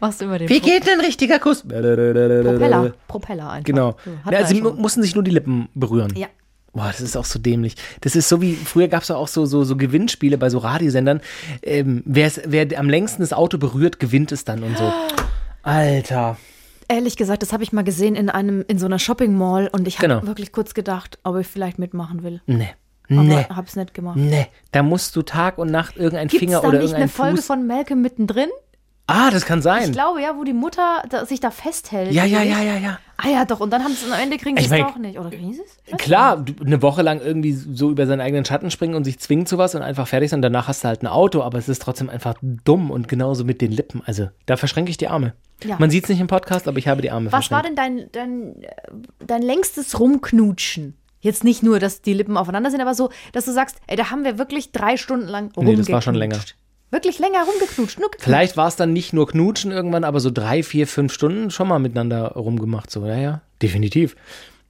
Speaker 1: Machst du immer den
Speaker 2: Wie
Speaker 1: Pro
Speaker 2: geht denn richtiger Kuss?
Speaker 1: Propeller. Propeller einfach.
Speaker 2: Genau.
Speaker 1: So, hat
Speaker 2: Ja,
Speaker 1: man
Speaker 2: sie
Speaker 1: ja
Speaker 2: mu-
Speaker 1: schon.
Speaker 2: mussten sich nur die Lippen berühren.
Speaker 1: Ja.
Speaker 2: Boah, das ist auch so dämlich. Das ist so wie, früher gab es auch so, so, so Gewinnspiele bei so Radiosendern. Ähm, wer's, wer am längsten das Auto berührt, gewinnt es
Speaker 1: (gasps)
Speaker 2: dann und so. Alter.
Speaker 1: Ehrlich gesagt, das habe ich mal gesehen in einem in so einer Shopping Mall und ich habe
Speaker 2: Genau.
Speaker 1: wirklich kurz gedacht, ob ich vielleicht mitmachen will.
Speaker 2: Nee.
Speaker 1: Aber
Speaker 2: Nee.
Speaker 1: habe es nicht gemacht.
Speaker 2: Nee. Ne. Da musst du Tag und Nacht irgendein
Speaker 1: Gibt
Speaker 2: Finger
Speaker 1: es da
Speaker 2: oder
Speaker 1: nicht
Speaker 2: irgendein
Speaker 1: eine Folge
Speaker 2: Fuß.
Speaker 1: von Malcolm mittendrin?
Speaker 2: Ah, das kann
Speaker 1: Ich
Speaker 2: sein.
Speaker 1: glaube ja, wo die Mutter da, sich da festhält.
Speaker 2: Ja, ja, ja,
Speaker 1: Nicht?
Speaker 2: ja, ja.
Speaker 1: Ah ja, doch. Und dann haben sie es am Ende kriegen sie
Speaker 2: Ich
Speaker 1: es
Speaker 2: mein,
Speaker 1: doch nicht. Oder kriegen sie es? Ich weiß
Speaker 2: Klar, du- eine Woche lang irgendwie so über seinen eigenen Schatten springen und sich zwingen zu was und einfach fertig sein. Danach hast du halt ein Auto, aber es ist trotzdem einfach dumm und genauso mit den Lippen. Also da verschränke ich die Arme.
Speaker 1: Ja.
Speaker 2: Man sieht es nicht im Podcast, aber ich habe die Arme
Speaker 1: Was war
Speaker 2: verschränkt.
Speaker 1: denn dein, dein, äh, dein längstes Rumknutschen? Jetzt nicht nur, dass die Lippen aufeinander sind, aber so, dass du sagst, ey, da haben wir wirklich drei Stunden lang rumgeknutscht.
Speaker 2: das war schon länger.
Speaker 1: Wirklich länger rumgeknutscht. Nur geknutscht.
Speaker 2: Vielleicht war es dann nicht nur Knutschen irgendwann, aber so drei, vier, fünf Stunden schon mal miteinander rumgemacht. So, ja, ja, definitiv.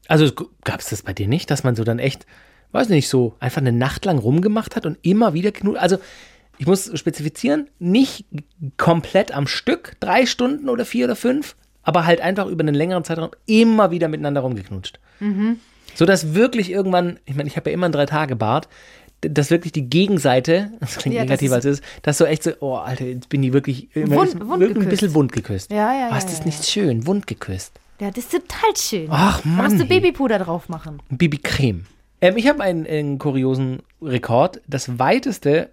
Speaker 2: Also gab es das bei dir nicht, dass man so dann echt, weiß nicht, so einfach eine Nacht lang rumgemacht hat und immer wieder knutscht? Also ich muss spezifizieren, nicht komplett am Stück, drei Stunden oder vier oder fünf, aber halt einfach über einen längeren Zeitraum immer wieder miteinander rumgeknutscht. So dass wirklich irgendwann, ich meine, ich habe ja immer einen Drei-Tage-Bart, d- dass wirklich die Gegenseite, (laughs) das klingt
Speaker 1: Ja, das
Speaker 2: negativer
Speaker 1: ist-
Speaker 2: als es ist, dass so echt so, oh Alter, jetzt bin ich wirklich immer
Speaker 1: Wund- wund
Speaker 2: wirklich ein
Speaker 1: geküsst.
Speaker 2: bisschen wund geküsst.
Speaker 1: Ja, ja,
Speaker 2: oh,
Speaker 1: ja,
Speaker 2: ist das
Speaker 1: ja,
Speaker 2: nicht schön, wund geküsst.
Speaker 1: Ja, das ist total schön.
Speaker 2: Ach,
Speaker 1: Da musst
Speaker 2: Mann,
Speaker 1: du
Speaker 2: ey.
Speaker 1: Babypuder drauf machen.
Speaker 2: Babycreme. Ähm, ich habe einen, einen kuriosen Rekord. Das weiteste,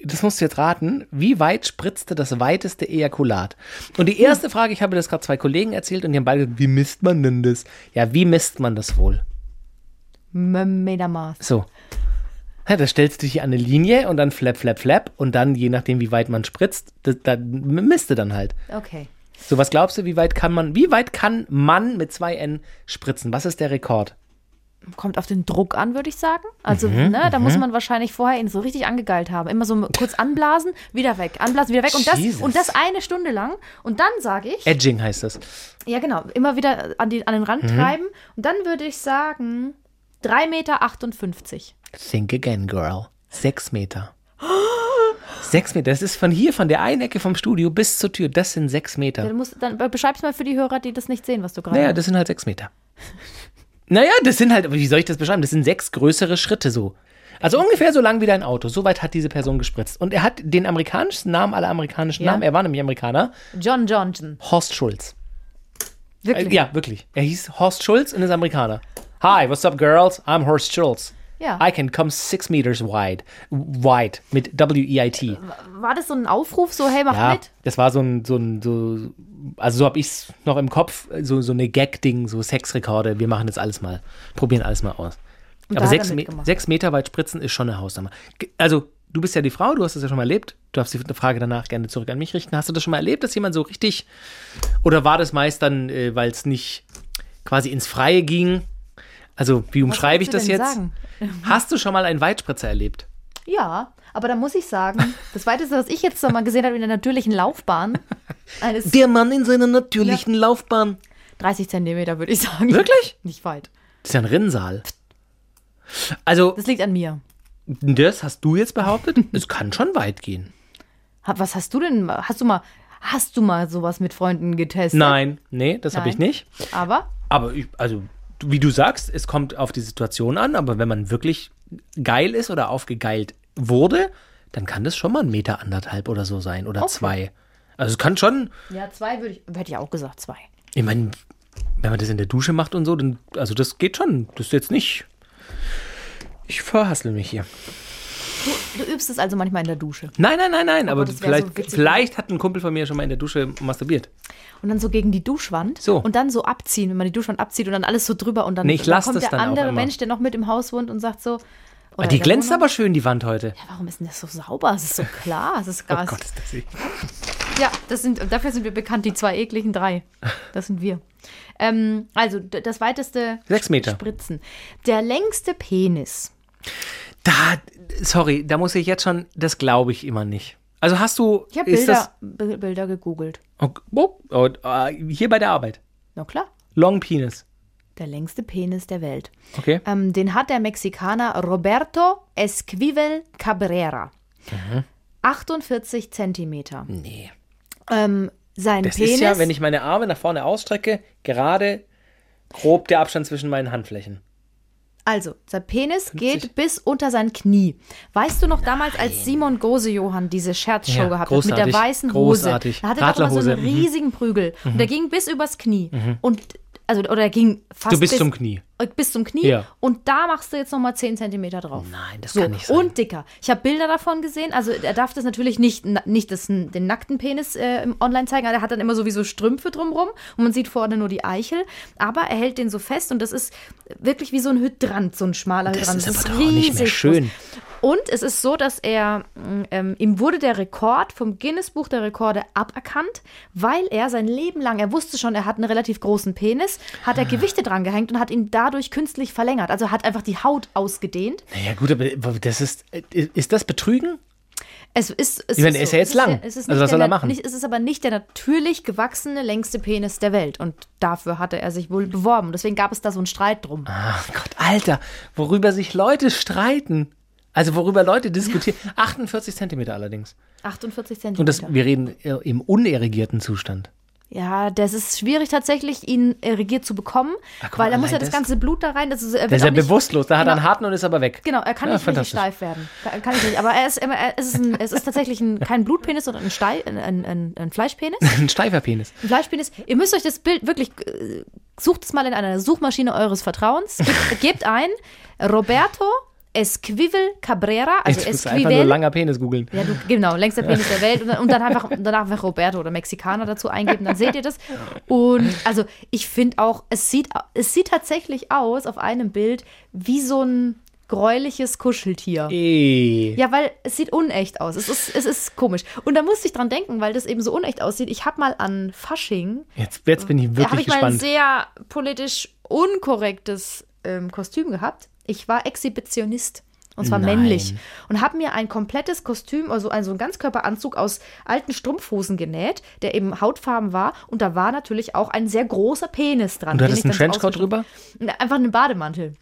Speaker 2: das musst du jetzt raten, wie weit spritzte das weiteste Ejakulat?
Speaker 1: Hm.
Speaker 2: Und die erste Frage, ich habe das gerade zwei Kollegen erzählt und die haben beide gesagt, wie misst man denn das? Ja, wie misst man das wohl?
Speaker 1: Metermaß.
Speaker 2: So. Ja, da stellst du dich an eine Linie und dann flap, flap, flap und dann, je nachdem, wie weit man spritzt, das, da misst du dann halt.
Speaker 1: Okay.
Speaker 2: So, was glaubst du, wie weit kann man, wie weit kann man mit zwei N spritzen? Was ist der Rekord?
Speaker 1: Kommt auf den Druck an, würde ich sagen. Also,
Speaker 2: Mhm,
Speaker 1: ne, da muss man wahrscheinlich vorher ihn so richtig angegeilt haben. Immer so kurz anblasen, wieder weg. Anblasen, wieder weg. Und das,
Speaker 2: Jesus.
Speaker 1: und das eine Stunde lang. Und dann sage ich.
Speaker 2: Edging heißt das.
Speaker 1: Ja, genau. Immer wieder an, die, an den Rand
Speaker 2: Mhm.
Speaker 1: treiben. Und dann würde ich sagen, 3,58 Meter.
Speaker 2: Think again, girl. Sechs Meter. Sechs Meter, das ist von hier, von der einen Ecke vom Studio bis zur Tür, das sind sechs Meter.
Speaker 1: Dann, musst, dann beschreib's mal für die Hörer, die das nicht sehen, was du gerade
Speaker 2: Naja, das sind halt sechs Meter. (laughs) Naja, das sind halt, aber wie soll ich das beschreiben? Das sind sechs größere Schritte so. Also ungefähr so lang wie dein Auto. So weit hat diese Person gespritzt. Und er hat den amerikanischen Namen aller amerikanischen
Speaker 1: Ja.
Speaker 2: Namen, er war nämlich Amerikaner,
Speaker 1: John Johnson.
Speaker 2: Horst Schulz. Äh,
Speaker 1: Wirklich.
Speaker 2: ja, wirklich. Er hieß Horst Schulz und ist Amerikaner. Hi, what's up, girls? I'm Horst Schulz.
Speaker 1: Ja.
Speaker 2: I can come six meters wide. Wide. Mit
Speaker 1: Äh,
Speaker 2: W-E-I-T.
Speaker 1: War das so ein Aufruf, so, hey, mach
Speaker 2: Ja,
Speaker 1: mit?
Speaker 2: das war so ein, so ein, so, also so habe ich es noch im Kopf, so, so eine Gag-Ding, so Sexrekorde, wir machen das alles mal, probieren alles mal aus.
Speaker 1: Und da
Speaker 2: Aber
Speaker 1: hat er
Speaker 2: sechs, Me
Speaker 1: mitgemacht.
Speaker 2: sechs Meter weit spritzen ist schon eine Hausnummer. Ge- Also, du bist ja die Frau, du hast das ja schon mal erlebt, du darfst die Frage danach gerne zurück an mich richten. Hast du das schon mal erlebt, dass jemand so richtig, oder war das meist dann, äh, weil es nicht quasi ins Freie ging? Also, wie umschreibe ich
Speaker 1: willst du denn
Speaker 2: das jetzt?
Speaker 1: sagen?
Speaker 2: Hast du schon mal einen Weitspritzer erlebt?
Speaker 1: Ja, aber da muss ich sagen, das Weiteste, was ich jetzt noch mal gesehen habe in der natürlichen
Speaker 2: (laughs)
Speaker 1: Laufbahn, eines
Speaker 2: Der Mann in seiner natürlichen Laufbahn.
Speaker 1: 30 Zentimeter, würde ich sagen.
Speaker 2: Wirklich?
Speaker 1: Nicht weit.
Speaker 2: Das ist ja ein Rinnsal. Also,
Speaker 1: Das liegt an mir.
Speaker 2: das hast du jetzt (laughs) behauptet? es kann schon weit gehen.
Speaker 1: Ha- Was hast du denn, hast du mal, hast du mal sowas mit Freunden getestet?
Speaker 2: Nein, nee, das habe ich
Speaker 1: Nein.
Speaker 2: nicht.
Speaker 1: Aber?
Speaker 2: Aber ich, also, du- wie du sagst, es kommt auf die Situation an, aber wenn man wirklich geil ist oder aufgegeilt wurde, dann kann das schon mal ein Meter anderthalb oder so sein oder
Speaker 1: Okay.
Speaker 2: zwei. Also es kann schon,
Speaker 1: Ja, zwei würde ich, hätte ich auch gesagt, zwei.
Speaker 2: ich meine, wenn man das in der Dusche macht und so, dann, also das geht schon. Das ist jetzt nicht. Ich verhassle mich hier.
Speaker 1: Du übst es also manchmal in der Dusche.
Speaker 2: Nein, nein, nein, nein, aber,
Speaker 1: Oh das wär
Speaker 2: vielleicht,
Speaker 1: so witzig.
Speaker 2: vielleicht hat ein Kumpel von mir schon mal in der Dusche masturbiert.
Speaker 1: Und dann so gegen die Duschwand.
Speaker 2: So.
Speaker 1: Und dann so abziehen, wenn man die Duschwand abzieht und dann alles so drüber. Und dann,
Speaker 2: Nee, ich
Speaker 1: dann
Speaker 2: lass
Speaker 1: kommt
Speaker 2: das
Speaker 1: der
Speaker 2: dann auch
Speaker 1: andere
Speaker 2: immer.
Speaker 1: Mensch, der noch mit im Haus wohnt und sagt so. oder
Speaker 2: Ah, die
Speaker 1: in der
Speaker 2: glänzt
Speaker 1: Wohnung,
Speaker 2: aber schön, die Wand heute.
Speaker 1: "Ja, Warum ist denn das so sauber? Es ist so klar. Es ist Gas.
Speaker 2: Oh Gott, ist das eklig.
Speaker 1: ja, das sind, dafür sind wir bekannt, die zwei ekligen drei. Das sind wir. Ähm, also, d- das weiteste
Speaker 2: Sechs Meter.
Speaker 1: Spritzen. Der längste Penis.
Speaker 2: Da, sorry, da muss ich jetzt schon, das glaube ich immer nicht. Also hast du,
Speaker 1: Ich habe
Speaker 2: ist das,
Speaker 1: Bilder, Bi- Bilder gegoogelt.
Speaker 2: oh, oh, oh, ah, hier bei der Arbeit,
Speaker 1: Na klar.
Speaker 2: Long Penis,
Speaker 1: Der längste Penis der Welt.
Speaker 2: okay?
Speaker 1: Ähm, den hat der Mexikaner Roberto
Speaker 2: Mhm.
Speaker 1: Esquivel Cabrera. 48 Zentimeter.
Speaker 2: Nee.
Speaker 1: ähm, seinen
Speaker 2: Das
Speaker 1: Penis.
Speaker 2: ist ja, wenn ich meine Arme nach vorne ausstrecke, gerade grob der Abstand zwischen meinen Handflächen.
Speaker 1: also, sein Penis
Speaker 2: 50.
Speaker 1: geht bis unter sein Knie. Weißt du noch damals, als Simon Gose-Johann diese Scherzshow
Speaker 2: Ja,
Speaker 1: gehabt hat mit der
Speaker 2: großartig,
Speaker 1: weißen
Speaker 2: großartig.
Speaker 1: Hose? Da hatte er doch immer so einen
Speaker 2: Radlerhose, mhm.
Speaker 1: riesigen Prügel. Und der ging bis übers Knie. Und also, oder er ging fast
Speaker 2: Du bist
Speaker 1: bis,
Speaker 2: zum Knie.
Speaker 1: äh, bis zum Knie.
Speaker 2: Ja.
Speaker 1: Und da machst du jetzt nochmal 10 Zentimeter drauf.
Speaker 2: Nein, das
Speaker 1: So,
Speaker 2: kann nicht sein.
Speaker 1: und dicker. Ich habe Bilder davon gesehen. Also er darf das natürlich nicht, na- nicht das, den nackten Penis äh, im online zeigen. aber Er hat dann immer sowieso Strümpfe drumrum und man sieht vorne nur die Eichel. Aber er hält den so fest und das ist wirklich wie so ein Hydrant, so ein schmaler
Speaker 2: Das
Speaker 1: Hydrant.
Speaker 2: ist aber doch auch nicht mehr schön.
Speaker 1: groß. Und es ist so, dass er, mh, ähm, ihm wurde der Rekord vom Guinness Buch der Rekorde aberkannt, weil er sein Leben lang, er wusste schon, er hat einen relativ großen Penis, hat er Gewichte dran gehängt und hat ihn dadurch künstlich verlängert. Also hat einfach die Haut ausgedehnt.
Speaker 2: Naja, gut, aber das ist. Ist das Betrügen?
Speaker 1: Es ist, es
Speaker 2: Ich meine,
Speaker 1: ist
Speaker 2: er ist
Speaker 1: so.
Speaker 2: ja jetzt
Speaker 1: Es
Speaker 2: lang.
Speaker 1: es ist
Speaker 2: Also
Speaker 1: nicht
Speaker 2: was soll
Speaker 1: der
Speaker 2: er machen?
Speaker 1: Nicht, es ist aber nicht der natürlich gewachsene längste Penis der Welt. Und dafür hatte er sich wohl beworben. Deswegen gab es da so einen Streit drum.
Speaker 2: Ach Ah, Gott, Alter, worüber sich Leute streiten. Also worüber Leute diskutieren. 48 Zentimeter allerdings.
Speaker 1: 48
Speaker 2: Und das,
Speaker 1: Zentimeter.
Speaker 2: wir reden äh, im unerregierten Zustand.
Speaker 1: ja, das ist schwierig tatsächlich, ihn erregiert zu bekommen.
Speaker 2: Ah, guck
Speaker 1: weil
Speaker 2: mal,
Speaker 1: da muss ja
Speaker 2: allein
Speaker 1: das
Speaker 2: das-
Speaker 1: ganze Blut da rein. Das ist, er
Speaker 2: Der
Speaker 1: wird
Speaker 2: ist
Speaker 1: auch
Speaker 2: ja
Speaker 1: nicht,
Speaker 2: bewusstlos, da hat er
Speaker 1: genau.
Speaker 2: einen harten und ist aber weg.
Speaker 1: Genau, er kann
Speaker 2: Ja,
Speaker 1: nicht richtig
Speaker 2: fantastisch.
Speaker 1: steif werden. Kann kann ich nicht. Aber er ist, immer- er- es ist, ein, es ist tatsächlich ein, kein Blutpenis, sondern ein, Stei, ein, ein, ein, ein Fleischpenis.
Speaker 2: Ein steifer Penis.
Speaker 1: Ein Fleischpenis. Ihr müsst euch das Bild wirklich, äh, sucht es mal in einer Suchmaschine eures Vertrauens. Gebt, gebt ein Roberto Esquivel Cabrera, also
Speaker 2: Jetzt musst du einfach nur
Speaker 1: Esquivel.
Speaker 2: langer Penis googeln.
Speaker 1: Ja, du, genau, längster Penis der Welt. Und dann, und dann einfach, danach einfach Roberto oder Mexikaner dazu eingeben, dann seht ihr das. Und also ich finde auch, es sieht, au- es sieht tatsächlich aus auf einem Bild wie so ein gräuliches Kuscheltier.
Speaker 2: E- Ey.
Speaker 1: Ja, weil es sieht unecht aus. Es ist, es ist komisch. Und da musste ich dran denken, weil das eben so unecht aussieht. Ich habe mal an Fasching
Speaker 2: Jetzt, jetzt bin ich
Speaker 1: da habe
Speaker 2: wirklich
Speaker 1: ich mal ein
Speaker 2: gespannt.
Speaker 1: sehr politisch unkorrektes ähm, Kostüm gehabt. Ich war Exhibitionist. Und zwar
Speaker 2: Nein.
Speaker 1: männlich. Und habe mir ein komplettes Kostüm, also ein, so einen Ganzkörperanzug aus alten Strumpfhosen genäht, der eben hautfarben war. Und da war natürlich auch ein sehr großer Penis dran.
Speaker 2: Und du hattest
Speaker 1: den
Speaker 2: einen
Speaker 1: ich dann so
Speaker 2: Trenchcoat drüber?
Speaker 1: ausgeschnitten- Na, Einfach einen Bademantel.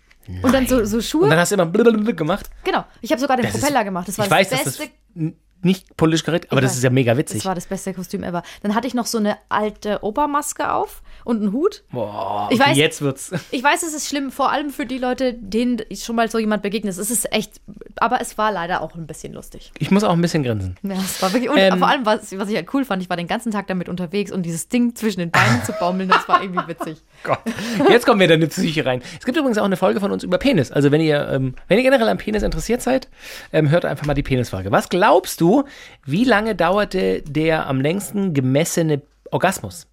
Speaker 1: Und dann so, so Schuhe.
Speaker 2: Und dann hast du immer blablabla gemacht.
Speaker 1: genau. Ich habe sogar den
Speaker 2: Das ist-
Speaker 1: Propeller gemacht. Das war
Speaker 2: ich
Speaker 1: das
Speaker 2: weiß,
Speaker 1: beste
Speaker 2: dass das n- nicht politisch korrekt, aber
Speaker 1: Ich
Speaker 2: das
Speaker 1: weiß.
Speaker 2: ist ja mega witzig.
Speaker 1: Das war das beste Kostüm ever. Dann hatte ich noch so eine alte Obermaske auf und einen Hut.
Speaker 2: Boah,
Speaker 1: Ich
Speaker 2: okay,
Speaker 1: weiß-
Speaker 2: jetzt wird's.
Speaker 1: Ich weiß, es ist schlimm, vor allem für die Leute, denen schon mal so jemand begegnet ist. Es ist echt, aber es war leider auch ein bisschen lustig.
Speaker 2: Ich muss auch ein bisschen grinsen.
Speaker 1: Ja, es war wirklich, und
Speaker 2: Ähm.
Speaker 1: vor allem, was, was ich halt cool fand, ich war den ganzen Tag damit unterwegs und dieses Ding zwischen den Beinen zu baumeln, das war irgendwie witzig.
Speaker 2: Gott. Jetzt kommen wir in deine Psyche rein. Es gibt übrigens auch eine Folge von uns über Penis. Also wenn ihr, ähm, wenn ihr generell am Penis interessiert seid, ähm, hört einfach mal die Penisfolge. Was glaubst du, wie lange dauerte der am längsten gemessene Orgasmus?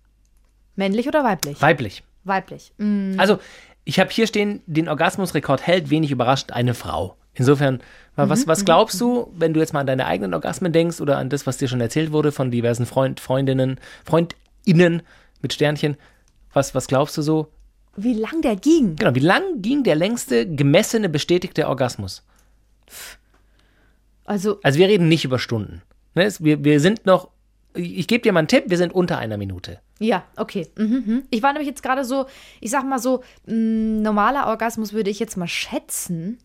Speaker 1: Männlich oder weiblich?
Speaker 2: Weiblich.
Speaker 1: Weiblich. Mm,
Speaker 2: Also, ich habe hier stehen, den Orgasmusrekord hält, wenig überraschend, eine Frau. Insofern, wa- was, was glaubst du, wenn du jetzt mal an deine eigenen Orgasmen denkst oder an das, was dir schon erzählt wurde von diversen Freund, Freundinnen, Freundinnen mit Sternchen, was, was glaubst du so?
Speaker 1: Wie lang der ging?
Speaker 2: Genau, wie lang ging der längste gemessene bestätigte Orgasmus?
Speaker 1: Also,
Speaker 2: Also wir reden nicht über Stunden. Ne? es- Wir, wir sind noch, ich gebe dir mal einen Tipp, wir sind unter einer Minute.
Speaker 1: ja, okay. Mhm, mhm. Ich war nämlich jetzt gerade so, ich sag mal so, mm, normaler Orgasmus würde ich jetzt mal schätzen.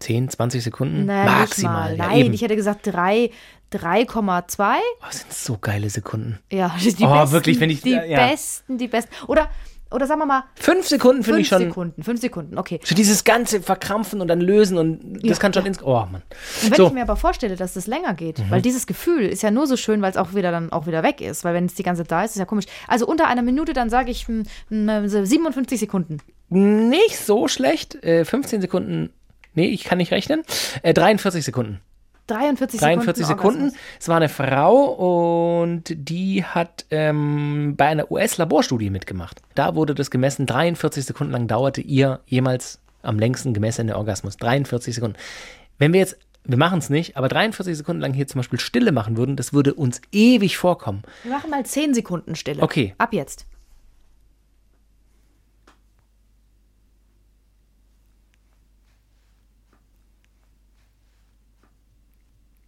Speaker 2: 10, 20 Sekunden?
Speaker 1: Na,
Speaker 2: Maximal.
Speaker 1: Nicht
Speaker 2: ja,
Speaker 1: mal.
Speaker 2: eben.
Speaker 1: Nein, ich hätte gesagt drei- 3,2.
Speaker 2: oh, das sind so geile Sekunden.
Speaker 1: Ja, (laughs) die
Speaker 2: Oh,
Speaker 1: besten,
Speaker 2: wirklich, wenn ich-
Speaker 1: die
Speaker 2: ja, ja.
Speaker 1: besten, die besten. Oder, oder sagen wir mal,
Speaker 2: Fünf Sekunden finde
Speaker 1: fünf
Speaker 2: ich schon.
Speaker 1: Sekunden, fünf Sekunden, okay.
Speaker 2: Für dieses ganze Verkrampfen und dann lösen und das kann schon ins. Oh Mann.
Speaker 1: Und wenn
Speaker 2: So, Mhm.
Speaker 1: ich mir aber vorstelle, dass das länger geht, weil dieses Gefühl ist ja nur so schön, weil es auch wieder dann auch wieder weg ist, weil wenn es die ganze Zeit da ist, ist ja komisch. Also unter einer Minute, dann sage ich hm, hm, so 57 Sekunden.
Speaker 2: nicht so schlecht. Äh, 15 Sekunden. Nee, ich kann nicht rechnen. Äh, 43 Sekunden.
Speaker 1: 43 Sekunden. Ah,
Speaker 2: 43 Sekunden.
Speaker 1: Orgasmus.
Speaker 2: Es war eine Frau und die hat ähm, bei einer US-Laborstudie mitgemacht. Da wurde das gemessen. 43 Sekunden lang dauerte ihr jemals am längsten gemessene Orgasmus. 43 Sekunden. Wenn wir jetzt, wir machen es nicht, aber 43 Sekunden lang hier zum Beispiel Stille machen würden, das würde uns ewig vorkommen.
Speaker 1: Wir machen mal 10 Sekunden Stille.
Speaker 2: Okay.
Speaker 1: Ab jetzt.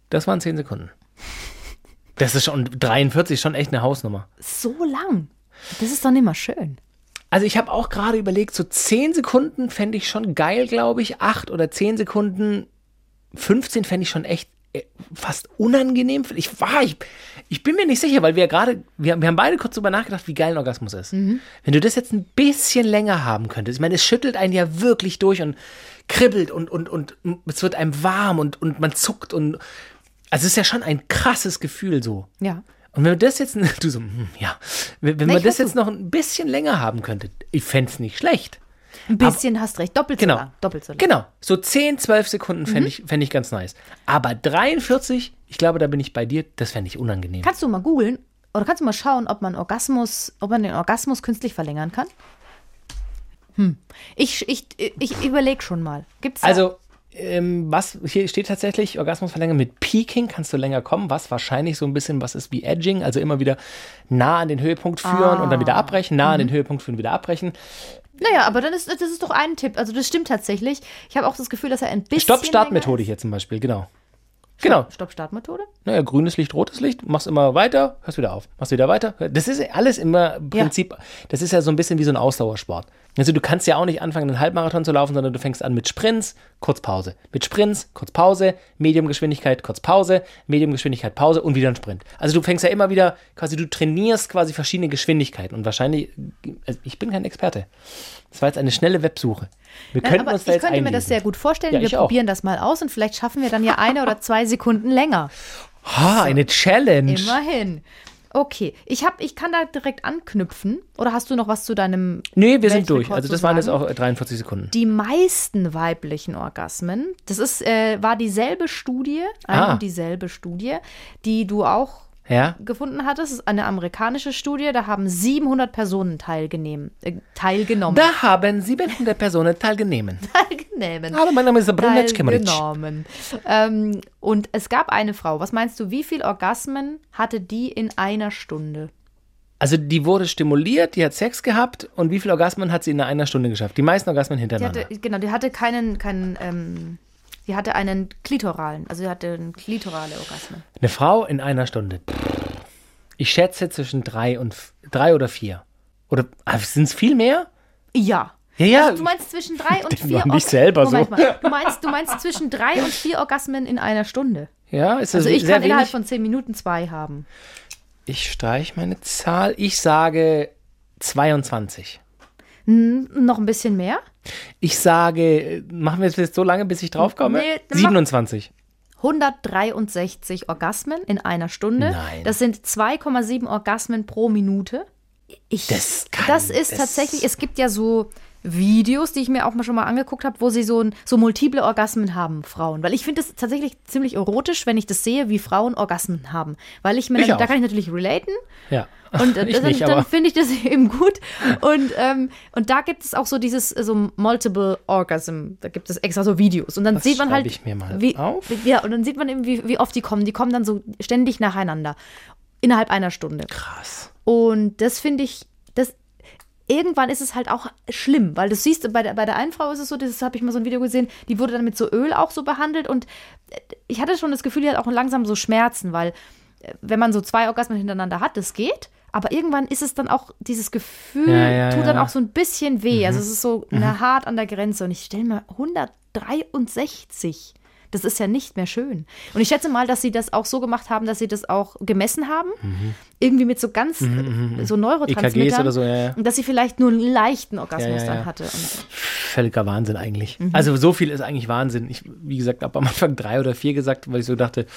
Speaker 2: Das waren 10 Sekunden. Das ist schon 43, schon echt eine Hausnummer.
Speaker 1: So lang. Das ist doch nicht mal schön.
Speaker 2: Also ich habe auch gerade überlegt, so 10 Sekunden fände ich schon geil, glaube ich. 8 oder 10 Sekunden, 15 fände ich schon echt äh, fast unangenehm. Ich war, ich, ich bin mir nicht sicher, weil wir ja gerade, wir, wir haben beide kurz drüber nachgedacht, wie geil ein Orgasmus ist. Wenn du das jetzt ein bisschen länger haben könntest, ich meine, es schüttelt einen ja wirklich durch und kribbelt und, und, und es wird einem warm und, und man zuckt und, also es ist ja schon ein krasses Gefühl so.
Speaker 1: Ja.
Speaker 2: Und wenn wir das jetzt, (laughs) du so, hm, ja, wenn, wenn
Speaker 1: Na,
Speaker 2: man
Speaker 1: ich
Speaker 2: das
Speaker 1: weiß
Speaker 2: jetzt noch ein bisschen länger haben könnte, ich fände es nicht schlecht.
Speaker 1: Ein bisschen hast recht. Doppelt
Speaker 2: Genau.
Speaker 1: so lang. Doppelt so Mhm. lang.
Speaker 2: Genau. So 10, 12 Sekunden fände ich, fänd ich ganz nice. Aber 43, ich glaube, da bin ich bei dir, das fände ich unangenehm.
Speaker 1: Kannst du mal googeln oder kannst du mal schauen, ob man Orgasmus, ob man den Orgasmus künstlich verlängern kann? Hm. Ich, ich, ich überlege schon mal. Gibt's da-
Speaker 2: also, ähm, was hier steht tatsächlich, Orgasmus verlängern mit Peaking kannst du länger kommen, was wahrscheinlich so ein bisschen was ist wie Edging, also immer wieder nah an den Höhepunkt führen und dann wieder
Speaker 1: Ah.
Speaker 2: abbrechen, nah
Speaker 1: Mhm.
Speaker 2: an den Höhepunkt führen, wieder abbrechen.
Speaker 1: Naja, aber dann ist das ist doch ein Tipp. Also das stimmt tatsächlich. Ich habe auch das Gefühl, dass er ein bisschen.
Speaker 2: Stopp-Start-Methode hier zum Beispiel, genau. Genau.
Speaker 1: Stopp-Start-Methode?
Speaker 2: Naja, grünes Licht, rotes Licht, machst immer weiter, hörst wieder auf, machst wieder weiter. Das ist alles immer im
Speaker 1: Ja.
Speaker 2: Prinzip, das ist ja so ein bisschen wie so ein Ausdauersport. Also du kannst ja auch nicht anfangen, einen Halbmarathon zu laufen, sondern du fängst an mit Sprints, kurz Pause. Mit Sprints, kurz Pause, Mediumgeschwindigkeit, kurz Pause, Mediumgeschwindigkeit, Pause und wieder ein Sprint. Also du fängst ja immer wieder, quasi du trainierst quasi verschiedene Geschwindigkeiten und wahrscheinlich, also ich bin kein Experte. Das war jetzt eine schnelle Websuche. Wir könnten
Speaker 1: aber
Speaker 2: uns da
Speaker 1: ich
Speaker 2: jetzt
Speaker 1: könnte mir das
Speaker 2: einlesen.
Speaker 1: sehr gut vorstellen.
Speaker 2: Ja,
Speaker 1: Wir
Speaker 2: ich auch.
Speaker 1: probieren das mal aus und vielleicht schaffen wir dann ja eine oder zwei Sekunden länger.
Speaker 2: Ha, eine Challenge.
Speaker 1: Immerhin. Okay, ich, hab, ich kann da direkt anknüpfen. Oder hast du noch was zu deinem
Speaker 2: Nee, wir sind durch.
Speaker 1: Weltrekord
Speaker 2: Also
Speaker 1: zu
Speaker 2: das waren jetzt
Speaker 1: sagen?
Speaker 2: auch äh, 43 Sekunden.
Speaker 1: die meisten weiblichen Orgasmen. Das ist, äh, war dieselbe Studie, eine
Speaker 2: Ah.
Speaker 1: und dieselbe Studie, die du auch
Speaker 2: Ja.
Speaker 1: gefunden hattest. Das ist eine amerikanische Studie. Da haben 700 Personen teilgenehm, äh, teilgenommen.
Speaker 2: Da haben 700 Personen teilgenommen.
Speaker 1: teilgenommen.
Speaker 2: (laughs) Hallo, mein Name ist Brunetsch Kemmerich.
Speaker 1: teilgenommen. Ähm, und es gab eine Frau. Was meinst du, wie viel Orgasmen hatte die in einer Stunde?
Speaker 2: Also die wurde stimuliert, die hat Sex gehabt und wie viele Orgasmen hat sie in einer Stunde geschafft? Die meisten Orgasmen
Speaker 1: Die
Speaker 2: hintereinander.
Speaker 1: hatte, genau, die hatte keinen, keinen, ähm, die hatte einen klitoralen, also die hatte einen klitorale Orgasmen.
Speaker 2: Eine Frau in einer Stunde. Ich schätze zwischen drei und f- drei oder vier. Oder sind es viel mehr?
Speaker 1: Ja.
Speaker 2: Ja, ja.
Speaker 1: Also du meinst zwischen drei und
Speaker 2: Denk
Speaker 1: vier
Speaker 2: doch nicht selber so.
Speaker 1: Moment Mal. Du, meinst, du meinst zwischen drei und vier Orgasmen in einer Stunde.
Speaker 2: ja, ist das
Speaker 1: Also ich
Speaker 2: sehr
Speaker 1: kann innerhalb
Speaker 2: wenig?
Speaker 1: von zehn Minuten zwei haben.
Speaker 2: Ich streich meine Zahl. Ich sage 22.
Speaker 1: Noch ein bisschen mehr?
Speaker 2: Ich sage, äh, machen wir es jetzt so lange, bis ich draufkomme?
Speaker 1: Nee, mach-
Speaker 2: 27.
Speaker 1: 163 Orgasmen in einer Stunde.
Speaker 2: Nein.
Speaker 1: Das sind 2,7 Orgasmen pro Minute. Ich,
Speaker 2: Das kann-
Speaker 1: das ist
Speaker 2: das-
Speaker 1: tatsächlich, es gibt ja so Videos, die ich mir auch mal schon mal angeguckt habe, wo sie so, ein, so multiple Orgasmen haben, Frauen. Weil ich finde es tatsächlich ziemlich erotisch, wenn ich das sehe, wie Frauen Orgasmen haben. Weil ich mir,
Speaker 2: Ich
Speaker 1: dann-
Speaker 2: auch.
Speaker 1: da kann ich natürlich relaten.
Speaker 2: Ja.
Speaker 1: Und äh,
Speaker 2: (laughs) Ich
Speaker 1: dann,
Speaker 2: nicht, aber-
Speaker 1: dann finde ich das (laughs) eben gut. Und, ähm, und da gibt es auch so dieses äh, so Multiple Orgasm. Da gibt es extra so Videos. Und dann
Speaker 2: Das
Speaker 1: sieht man
Speaker 2: schreibe
Speaker 1: halt.
Speaker 2: ich mir mal
Speaker 1: wie,
Speaker 2: auf.
Speaker 1: Ja, und dann sieht man eben, wie, wie oft die kommen. Die kommen dann so ständig nacheinander. Innerhalb einer Stunde.
Speaker 2: Krass.
Speaker 1: Und das finde ich, das irgendwann ist es halt auch schlimm, weil du siehst, bei der, bei der einen Frau ist es so, das habe ich mal so ein Video gesehen, die wurde dann mit so Öl auch so behandelt und äh, ich hatte schon das Gefühl, die hat auch langsam so Schmerzen, weil äh, wenn man so zwei Orgasmen hintereinander hat, das geht. Aber irgendwann ist es dann auch, dieses Gefühl
Speaker 2: Ja, ja, Mhm.
Speaker 1: tut dann
Speaker 2: ja.
Speaker 1: auch so ein bisschen weh. Also es ist so na, hart an der Grenze. Und ich stelle mir 163. Das ist ja nicht mehr schön. Und ich schätze mal, dass sie das auch so gemacht haben, dass sie das auch gemessen haben.
Speaker 2: Mhm.
Speaker 1: Irgendwie mit so ganz, äh, so Neurotransmittern.
Speaker 2: EKGs E oder so, ja, ja.
Speaker 1: Und dass sie vielleicht nur einen leichten Orgasmus
Speaker 2: Ja, ja, ja.
Speaker 1: dann hatte. Und
Speaker 2: völliger Wahnsinn eigentlich.
Speaker 1: Mhm.
Speaker 2: Also so viel ist eigentlich Wahnsinn. Ich, wie gesagt, habe am Anfang drei oder vier gesagt, weil ich so dachte,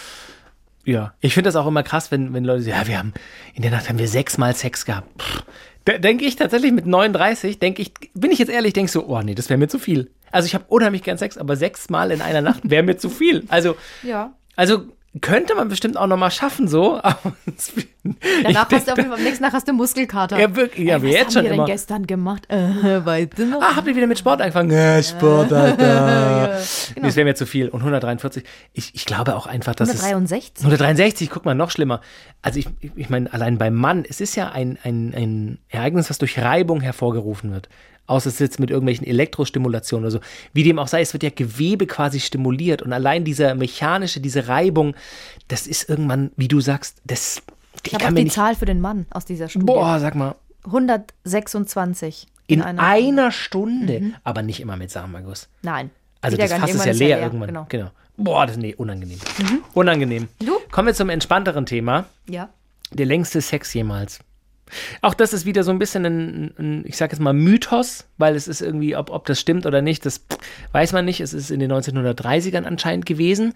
Speaker 2: ja. Ich finde das auch immer krass, wenn, wenn Leute sagen, ja, wir haben, in der Nacht haben wir sechsmal Sex gehabt. Pff, Da denke ich tatsächlich mit 39, denke ich, bin ich jetzt ehrlich, denke ich so, oh nee, das wäre mir zu viel. Also ich habe unheimlich gern Sex, aber sechsmal in einer Nacht wäre mir zu viel. Also,
Speaker 1: ja.
Speaker 2: also könnte man bestimmt auch nochmal schaffen so. Aber es- (laughs)
Speaker 1: Danach
Speaker 2: ich-
Speaker 1: hast du auf jeden Fall, am nächsten Tag hast du Muskelkater.
Speaker 2: Ja, wirklich, ja,
Speaker 1: Ey,
Speaker 2: wir
Speaker 1: was
Speaker 2: jetzt
Speaker 1: haben
Speaker 2: schon
Speaker 1: wir denn
Speaker 2: immer.
Speaker 1: gestern gemacht? Äh, weißt du noch?
Speaker 2: Ah, habt ihr wieder mit Sport angefangen? Ja, Sport, Alter. nee, das wäre mir zu viel. Und 143, ich, ich glaube auch einfach, dass es...
Speaker 1: 163.
Speaker 2: 163, guck mal, noch schlimmer. Also ich, ich- ich meine, allein beim Mann, es ist ja ein, ein, ein Ereignis, was durch Reibung hervorgerufen wird. Außer es ist jetzt mit irgendwelchen Elektrostimulationen oder so. Wie dem auch sei, es wird ja Gewebe quasi stimuliert. Und allein dieser mechanische, diese Reibung, das ist irgendwann, wie du sagst, das...
Speaker 1: Ich habe auch die Zahl für den Mann aus dieser Studie.
Speaker 2: Boah, sag mal.
Speaker 1: 126.
Speaker 2: In,
Speaker 1: einer- Mhm.
Speaker 2: einer, Stunde, aber nicht immer mit Samenerguss.
Speaker 1: Nein.
Speaker 2: Also
Speaker 1: Geht ja
Speaker 2: das
Speaker 1: gar
Speaker 2: Also Fass
Speaker 1: nicht.
Speaker 2: ist ja
Speaker 1: Irgendwann
Speaker 2: leer irgendwann.
Speaker 1: Genau. Mhm.
Speaker 2: Genau. Boah, das nee, unangenehm. Unangenehm.
Speaker 1: Du?
Speaker 2: Kommen wir zum entspannteren Thema.
Speaker 1: Ja.
Speaker 2: Der längste Sex jemals. Auch das ist wieder so ein bisschen ein, ein ich sage jetzt mal Mythos, weil es ist irgendwie, ob, ob das stimmt oder nicht, das weiß man nicht. Es ist in den 1930ern anscheinend gewesen.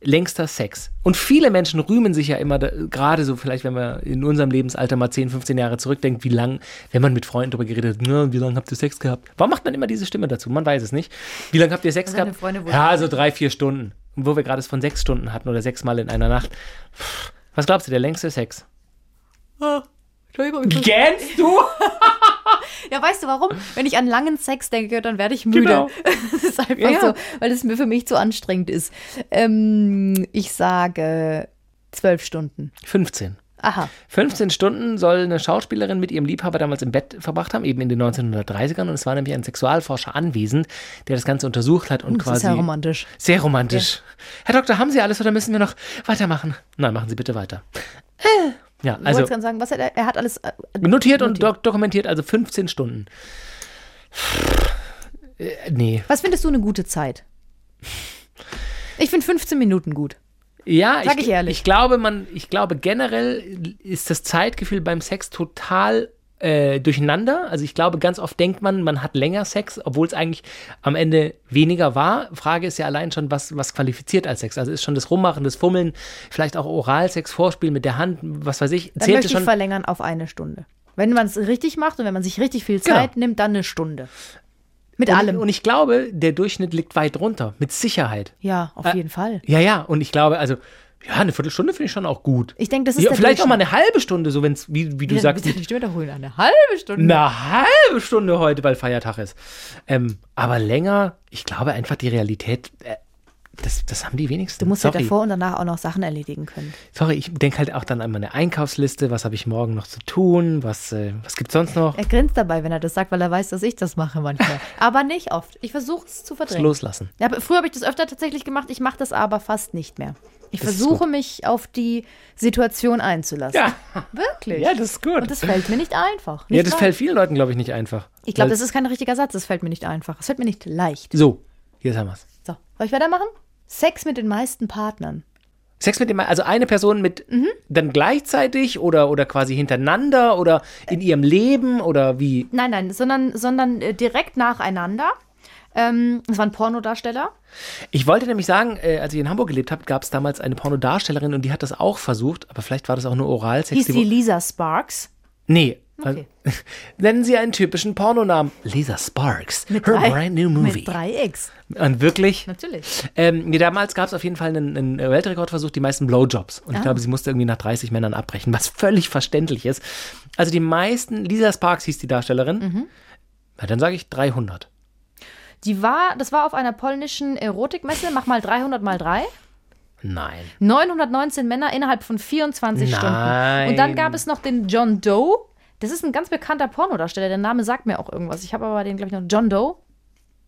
Speaker 2: Längster Sex. Und viele Menschen rühmen sich ja immer, da- gerade so vielleicht, wenn man in unserem Lebensalter mal 10, 15 Jahre zurückdenkt, wie lang, wenn man mit Freunden darüber geredet hat, "Na, wie lange habt ihr Sex gehabt? Warum macht man immer diese Stimme dazu? Man weiß es nicht. Wie lange habt ihr Sex
Speaker 1: Also meine
Speaker 2: gehabt?
Speaker 1: Freunde wurden-
Speaker 2: ja, so drei, vier Stunden. Und wo wir gerade es von sechs Stunden hatten oder sechs Mal in einer Nacht. Pff, Was glaubst du, der längste Sex?
Speaker 1: Entschuldigung.
Speaker 2: Gähnst du?
Speaker 1: Ja, weißt du warum? Wenn ich an langen Sex denke, dann werde ich müde.
Speaker 2: Genau.
Speaker 1: (laughs) Das ist einfach
Speaker 2: Ja.
Speaker 1: so, weil es mir für mich zu anstrengend ist. Ähm, ich sage zwölf Stunden.
Speaker 2: 15.
Speaker 1: Aha.
Speaker 2: 15 Stunden soll eine Schauspielerin mit ihrem Liebhaber damals im Bett verbracht haben, eben in den 1930ern. Und es war nämlich ein Sexualforscher anwesend, der das Ganze untersucht hat und
Speaker 1: Das
Speaker 2: quasi.
Speaker 1: ist ja romantisch.
Speaker 2: Sehr romantisch. Herr Doktor, haben Sie alles oder müssen wir noch weitermachen? Nein, machen Sie bitte weiter. Äh. Ja,
Speaker 1: Du also,
Speaker 2: also
Speaker 1: wolltest gerade sagen, was hat er, er hat alles. äh,
Speaker 2: notiert und dok dokumentiert, also 15 Stunden. Äh, nee.
Speaker 1: Was findest du eine gute Zeit? Ich finde 15 Minuten gut.
Speaker 2: Ja,
Speaker 1: Sag ich ehrlich.
Speaker 2: Ich glaube, man, ich glaube, generell ist das Zeitgefühl beim Sex total äh, durcheinander. Also ich glaube, ganz oft denkt man, man hat länger Sex, obwohl es eigentlich am Ende weniger war. Frage ist ja allein schon, was, was qualifiziert als Sex. Also ist schon das Rummachen, das Fummeln, vielleicht auch Oralsex, Vorspiel mit der Hand, was weiß ich,
Speaker 1: Dann
Speaker 2: zählt
Speaker 1: möchte
Speaker 2: es
Speaker 1: ich
Speaker 2: schon.
Speaker 1: verlängern auf eine Stunde. Wenn man es richtig macht und wenn man sich richtig viel
Speaker 2: Genau.
Speaker 1: Zeit nimmt, dann eine Stunde. Mit allem.
Speaker 2: Und, und ich glaube, der Durchschnitt liegt weit runter, mit Sicherheit.
Speaker 1: ja, auf
Speaker 2: Äh,
Speaker 1: jeden Fall.
Speaker 2: Ja, ja, und ich glaube, also, ja, eine Viertelstunde finde ich schon auch gut.
Speaker 1: Ich denke, das ist
Speaker 2: ja,
Speaker 1: der
Speaker 2: vielleicht auch mal
Speaker 1: Durchschnitt.
Speaker 2: eine halbe Stunde, so wenn es, wie, wie du sagst,
Speaker 1: die Stimme doch holen. Eine halbe Stunde.
Speaker 2: Eine halbe Stunde heute, weil Feiertag ist. Ähm, aber länger, ich glaube einfach die Realität, äh, das, das haben die wenigsten.
Speaker 1: Du musst ja
Speaker 2: sorry.
Speaker 1: davor und danach auch noch Sachen erledigen können.
Speaker 2: sorry, ich denke halt auch dann an meine Einkaufsliste, was habe ich morgen noch zu tun, was, äh, was gibt's sonst noch?
Speaker 1: Er grinst dabei, wenn er das sagt, weil er weiß, dass ich das mache
Speaker 2: (laughs)
Speaker 1: manchmal. aber nicht oft. Ich versuche es zu
Speaker 2: Das
Speaker 1: verdrängen.
Speaker 2: loslassen.
Speaker 1: Ja, aber früher habe ich das öfter tatsächlich gemacht. Ich mache das aber fast nicht mehr. Ich
Speaker 2: Das ist
Speaker 1: versuche mich auf die Situation einzulassen.
Speaker 2: Ja.
Speaker 1: Wirklich.
Speaker 2: Ja, das ist gut.
Speaker 1: Und das fällt mir nicht einfach. Nicht
Speaker 2: ja, das
Speaker 1: leicht.
Speaker 2: fällt vielen Leuten, glaube ich, nicht einfach.
Speaker 1: Ich glaube,
Speaker 2: Weil-
Speaker 1: das ist kein richtiger Satz. Das fällt mir nicht einfach. Es fällt mir nicht leicht.
Speaker 2: So, jetzt haben wir's.
Speaker 1: So, soll ich weitermachen? Sex mit den meisten Partnern.
Speaker 2: Sex mit dem, also eine Person mit
Speaker 1: Mhm.
Speaker 2: dann gleichzeitig oder, oder quasi hintereinander oder in ihrem Leben oder wie?
Speaker 1: Nein, nein, sondern, sondern äh, direkt nacheinander. Ähm, das waren Pornodarsteller.
Speaker 2: Ich wollte nämlich sagen, äh, als ich in Hamburg gelebt habe, gab es damals eine Pornodarstellerin und die hat das auch versucht, aber vielleicht war das auch nur Oralsex.
Speaker 1: Hieß
Speaker 2: die
Speaker 1: die
Speaker 2: wo-
Speaker 1: Lisa Sparks.
Speaker 2: nee.
Speaker 1: Okay.
Speaker 2: (laughs) Nennen Sie einen typischen Pornonamen. Lisa Sparks. Her
Speaker 1: drei-
Speaker 2: brand new movie.
Speaker 1: Mit 3X.
Speaker 2: Und wirklich?
Speaker 1: Natürlich.
Speaker 2: Ähm, nee, damals gab es auf jeden Fall einen, einen Weltrekordversuch, die meisten Blowjobs.
Speaker 1: Ah.
Speaker 2: Und ich glaube, sie musste irgendwie nach 30 Männern abbrechen, was völlig verständlich ist. Also die meisten, Lisa Sparks hieß die Darstellerin.
Speaker 1: Mhm.
Speaker 2: Na, dann sage ich 300.
Speaker 1: Die war, das war auf einer polnischen Erotikmesse. Mach mal 300 mal 3.
Speaker 2: Nein.
Speaker 1: 919 Männer innerhalb von 24
Speaker 2: Nein.
Speaker 1: Stunden. Und dann gab es noch den John Doe. Das ist ein ganz bekannter Pornodarsteller. Der Name sagt mir auch irgendwas. Ich habe aber den, glaube ich, noch. John Doe.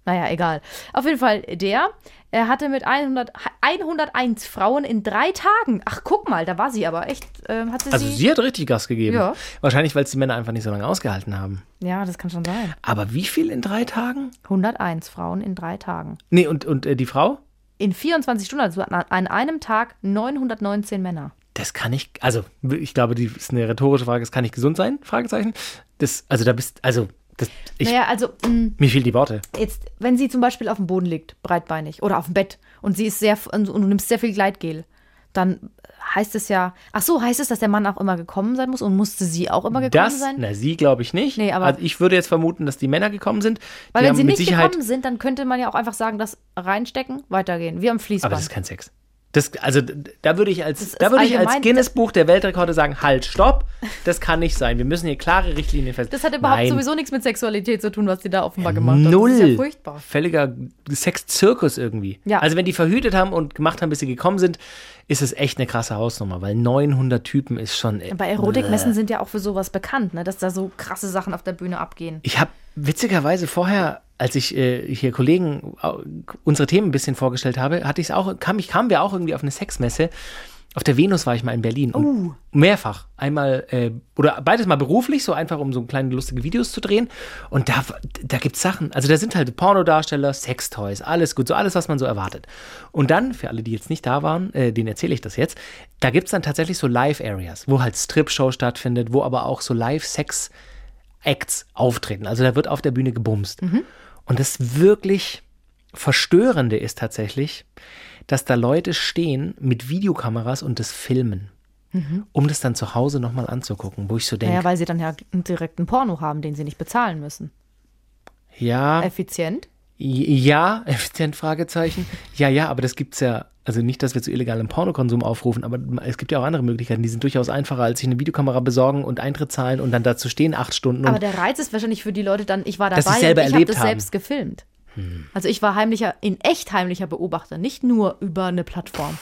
Speaker 1: Naja, egal. Auf jeden Fall, der er hatte mit 100, 101 Frauen in drei Tagen. Ach, guck mal, da war sie aber echt. Ähm, hatte
Speaker 2: Also
Speaker 1: sie.
Speaker 2: sie hat richtig Gas gegeben.
Speaker 1: Ja.
Speaker 2: Wahrscheinlich, weil es die Männer einfach nicht so lange ausgehalten haben.
Speaker 1: Ja, das kann schon sein.
Speaker 2: Aber wie viel in drei Tagen?
Speaker 1: 101 Frauen in drei Tagen.
Speaker 2: Nee, und, und äh, die Frau?
Speaker 1: In 24 Stunden, also an, an einem Tag 919 Männer.
Speaker 2: Das kann ich, also ich glaube, die ist eine rhetorische Frage, das kann nicht gesund sein? Fragezeichen. Das, also da bist, also das, ich,
Speaker 1: naja, also mh,
Speaker 2: mir fehlen die Worte.
Speaker 1: jetzt, wenn sie zum Beispiel auf dem Boden liegt, breitbeinig oder auf dem Bett und sie ist sehr und du nimmst sehr viel Gleitgel, dann heißt es ja, ach so, heißt es, dass der Mann auch immer gekommen sein muss und musste sie auch immer gekommen
Speaker 2: Das, ne,
Speaker 1: sein?
Speaker 2: na sie glaube ich nicht.
Speaker 1: Nee, aber-
Speaker 2: also ich würde jetzt vermuten, dass die Männer gekommen sind.
Speaker 1: Weil
Speaker 2: die
Speaker 1: wenn
Speaker 2: haben
Speaker 1: sie
Speaker 2: mit
Speaker 1: nicht
Speaker 2: Sicherheit,
Speaker 1: gekommen sind, dann könnte man ja auch einfach sagen, das reinstecken, weitergehen, wie am Fließband.
Speaker 2: aber das ist kein Sex. Das, also d- da würde ich als, da
Speaker 1: ist
Speaker 2: würde ich als
Speaker 1: allgemein-
Speaker 2: Guinness Buch der Weltrekorde sagen, halt, stopp, das kann nicht sein. Wir müssen hier klare Richtlinien fest.
Speaker 1: Das hat überhaupt
Speaker 2: Nein.
Speaker 1: sowieso nichts mit Sexualität zu tun, was die da offenbar gemacht haben.
Speaker 2: Null.
Speaker 1: Das ist ja furchtbar.
Speaker 2: Völliger Sexzirkus irgendwie.
Speaker 1: Ja.
Speaker 2: Also wenn die verhütet haben und gemacht haben, bis sie gekommen sind, ist es echt eine krasse Hausnummer, weil 900 Typen ist schon. äh,
Speaker 1: Bei Erotikmessen sind ja auch für sowas bekannt, ne? dass da so krasse Sachen auf der Bühne abgehen.
Speaker 2: Ich habe witzigerweise vorher, als ich äh, hier Kollegen äh, unsere Themen ein bisschen vorgestellt habe, hatte ich es auch, kam, ich, kamen wir auch irgendwie auf eine Sexmesse. Auf der Venus war ich mal in Berlin. und Mehrfach. Einmal, äh, oder beides mal beruflich, so einfach, um so kleine lustige Videos zu drehen. Und da, da gibt es Sachen. Also da sind halt Pornodarsteller, Sextoys, alles gut, so alles, was man so erwartet. Und dann, für alle, die jetzt nicht da waren, äh, denen erzähle ich das jetzt, da gibt es dann tatsächlich so Live-Areas, wo halt Strip-Show stattfindet, wo aber auch so Live-Sex-Acts auftreten. Also da wird auf der Bühne gebumst.
Speaker 1: Mhm.
Speaker 2: Und das wirklich Verstörende ist tatsächlich, dass da Leute stehen mit Videokameras und das filmen, um das dann zu Hause nochmal anzugucken, wo ich so
Speaker 1: Mhm. Naja,
Speaker 2: denke,
Speaker 1: weil sie dann ja einen direkten Porno haben, den sie nicht bezahlen müssen.
Speaker 2: ja,
Speaker 1: Effizient?
Speaker 2: j- ja, (laughs) effizient Fragezeichen, ja, ja, aber das gibt's ja, also nicht, dass wir zu illegalem Pornokonsum aufrufen, aber es gibt ja auch andere Möglichkeiten, die sind durchaus einfacher, als sich eine Videokamera besorgen und Eintritt zahlen und dann dazu stehen acht Stunden
Speaker 1: Aber
Speaker 2: und
Speaker 1: der Reiz ist wahrscheinlich für die Leute dann, ich war dabei
Speaker 2: Dass sie es selber
Speaker 1: und ich
Speaker 2: erlebt
Speaker 1: das
Speaker 2: haben. Hm.
Speaker 1: selbst gefilmt. Also ich war heimlicher, in echt heimlicher Beobachter, nicht nur über eine Plattform.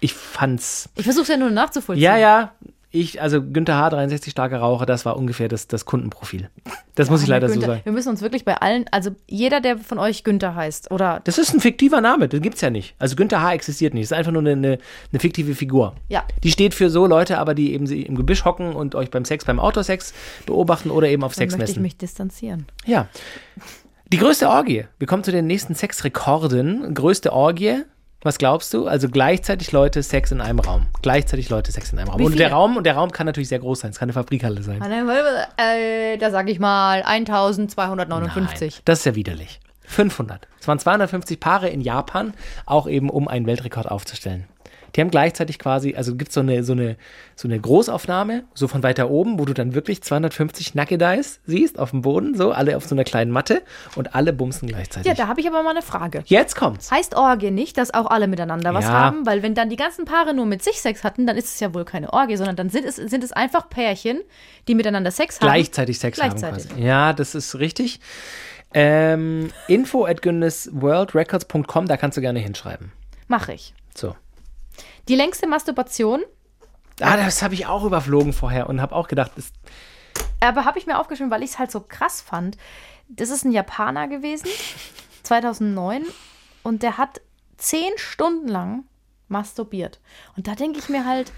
Speaker 2: ich fand's
Speaker 1: Ich versuche es ja nur nachzuvollziehen.
Speaker 2: Ja, ja. Ich, also Günther H., 63 starker Raucher, das war ungefähr das, das Kundenprofil. Das muss ich leider
Speaker 1: Günther,
Speaker 2: so sagen.
Speaker 1: Wir müssen uns wirklich bei allen, also jeder, der von euch Günther heißt oder
Speaker 2: Das ist ein fiktiver Name, den gibt's ja nicht. Also Günther H. existiert nicht. Das ist einfach nur eine, eine, eine fiktive Figur.
Speaker 1: Ja.
Speaker 2: Die steht für so Leute, aber die eben sie im Gebüsch hocken und euch beim Sex, beim Autosex beobachten oder eben auf
Speaker 1: dann möchte ich
Speaker 2: Sexmessen.
Speaker 1: mich distanzieren.
Speaker 2: Ja. Die größte Orgie. Wir kommen zu den nächsten Sexrekorden. Größte Orgie. Was glaubst du? Also gleichzeitig Leute Sex in einem Raum. Gleichzeitig Leute Sex in einem Raum.
Speaker 1: Wie
Speaker 2: Und
Speaker 1: viele?
Speaker 2: der Raum, und der Raum kann natürlich sehr groß sein. Es kann eine Fabrikhalle sein.
Speaker 1: Ah, Äh, da sage ich mal
Speaker 2: Nein,
Speaker 1: 1259.
Speaker 2: das ist ja widerlich. 500. Es waren 250 Paare in Japan, auch eben um einen Weltrekord aufzustellen. Die haben gleichzeitig quasi, also gibt so eine, so eine so eine Großaufnahme, so von weiter oben, wo du dann wirklich 250 Nackedeis siehst auf dem Boden, so alle auf so einer kleinen Matte und alle bumsen gleichzeitig.
Speaker 1: Ja, da habe ich aber mal eine Frage.
Speaker 2: Jetzt kommt's.
Speaker 1: Heißt Orgie nicht, dass auch alle miteinander was
Speaker 2: Ja.
Speaker 1: haben? Weil wenn dann die ganzen Paare nur mit sich Sex hatten, dann ist es ja wohl keine Orgie, sondern dann sind es, sind es einfach Pärchen, die miteinander Sex haben.
Speaker 2: Gleichzeitig Sex
Speaker 1: Gleichzeitig.
Speaker 2: haben quasi. Ja, das ist richtig. Ähm, info at guinnessworldrecords.com, da kannst du gerne hinschreiben.
Speaker 1: Mache ich.
Speaker 2: So.
Speaker 1: Die längste Masturbation,
Speaker 2: Ah, das habe ich auch überflogen vorher und habe auch gedacht, das,
Speaker 1: aber habe ich mir aufgeschrieben, weil ich es halt so krass fand. Das ist ein Japaner
Speaker 2: (laughs)
Speaker 1: gewesen, 2009, und der hat zehn Stunden lang masturbiert. Und da denke ich mir halt,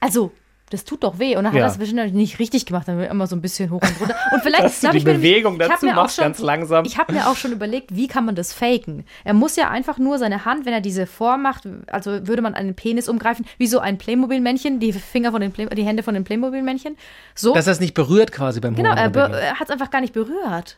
Speaker 1: also. Das tut doch weh. Und dann
Speaker 2: Ja.
Speaker 1: hat er es bestimmt nicht richtig gemacht. Dann wird immer so ein bisschen hoch und runter. Und vielleicht (laughs)
Speaker 2: Dass du
Speaker 1: hab
Speaker 2: die
Speaker 1: ich mir nämlich-
Speaker 2: Bewegung
Speaker 1: ich hab
Speaker 2: dazu
Speaker 1: mir auch
Speaker 2: machst,
Speaker 1: schon-
Speaker 2: ganz langsam.
Speaker 1: Ich habe mir auch schon überlegt, wie kann man das faken? Er muss ja einfach nur seine Hand, wenn er diese vormacht, also würde man einen Penis umgreifen, wie so ein Playmobil-Männchen, die Finger von den Play die Hände von den Playmobil-Männchen. So.
Speaker 2: Dass das nicht berührt quasi beim
Speaker 1: genau,
Speaker 2: Holen
Speaker 1: er,
Speaker 2: oder
Speaker 1: be-
Speaker 2: Bewegen.
Speaker 1: er hat es einfach gar nicht berührt.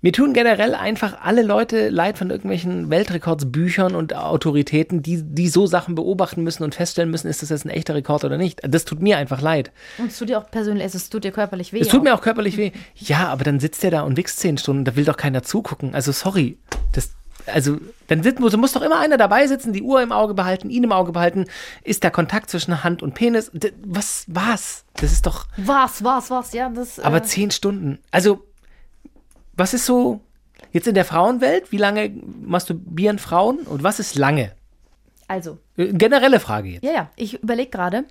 Speaker 2: Mir tun generell einfach alle Leute leid von irgendwelchen Weltrekordsbüchern und Autoritäten, die, die so Sachen beobachten müssen und feststellen müssen, ist das jetzt ein echter Rekord oder nicht. Das tut mir einfach leid.
Speaker 1: Und es tut dir auch persönlich, also es tut dir körperlich weh.
Speaker 2: Es tut mir auch körperlich weh. Ja, aber dann sitzt der da und wichst zehn Stunden, da will doch keiner zugucken. Also sorry. Das, also dann sitzt, muss, muss doch immer einer dabei sitzen, die Uhr im Auge behalten, ihn im Auge behalten. Ist da Kontakt zwischen Hand und Penis? D was, was? Das ist doch...
Speaker 1: Was, was, was, ja, das.
Speaker 2: Aber
Speaker 1: äh,
Speaker 2: zehn Stunden. Also, was ist so jetzt in der Frauenwelt? Wie lange masturbieren Frauen und was ist lange?
Speaker 1: also,
Speaker 2: Äh, Generelle Frage jetzt.
Speaker 1: ja, ja, ich überlege gerade,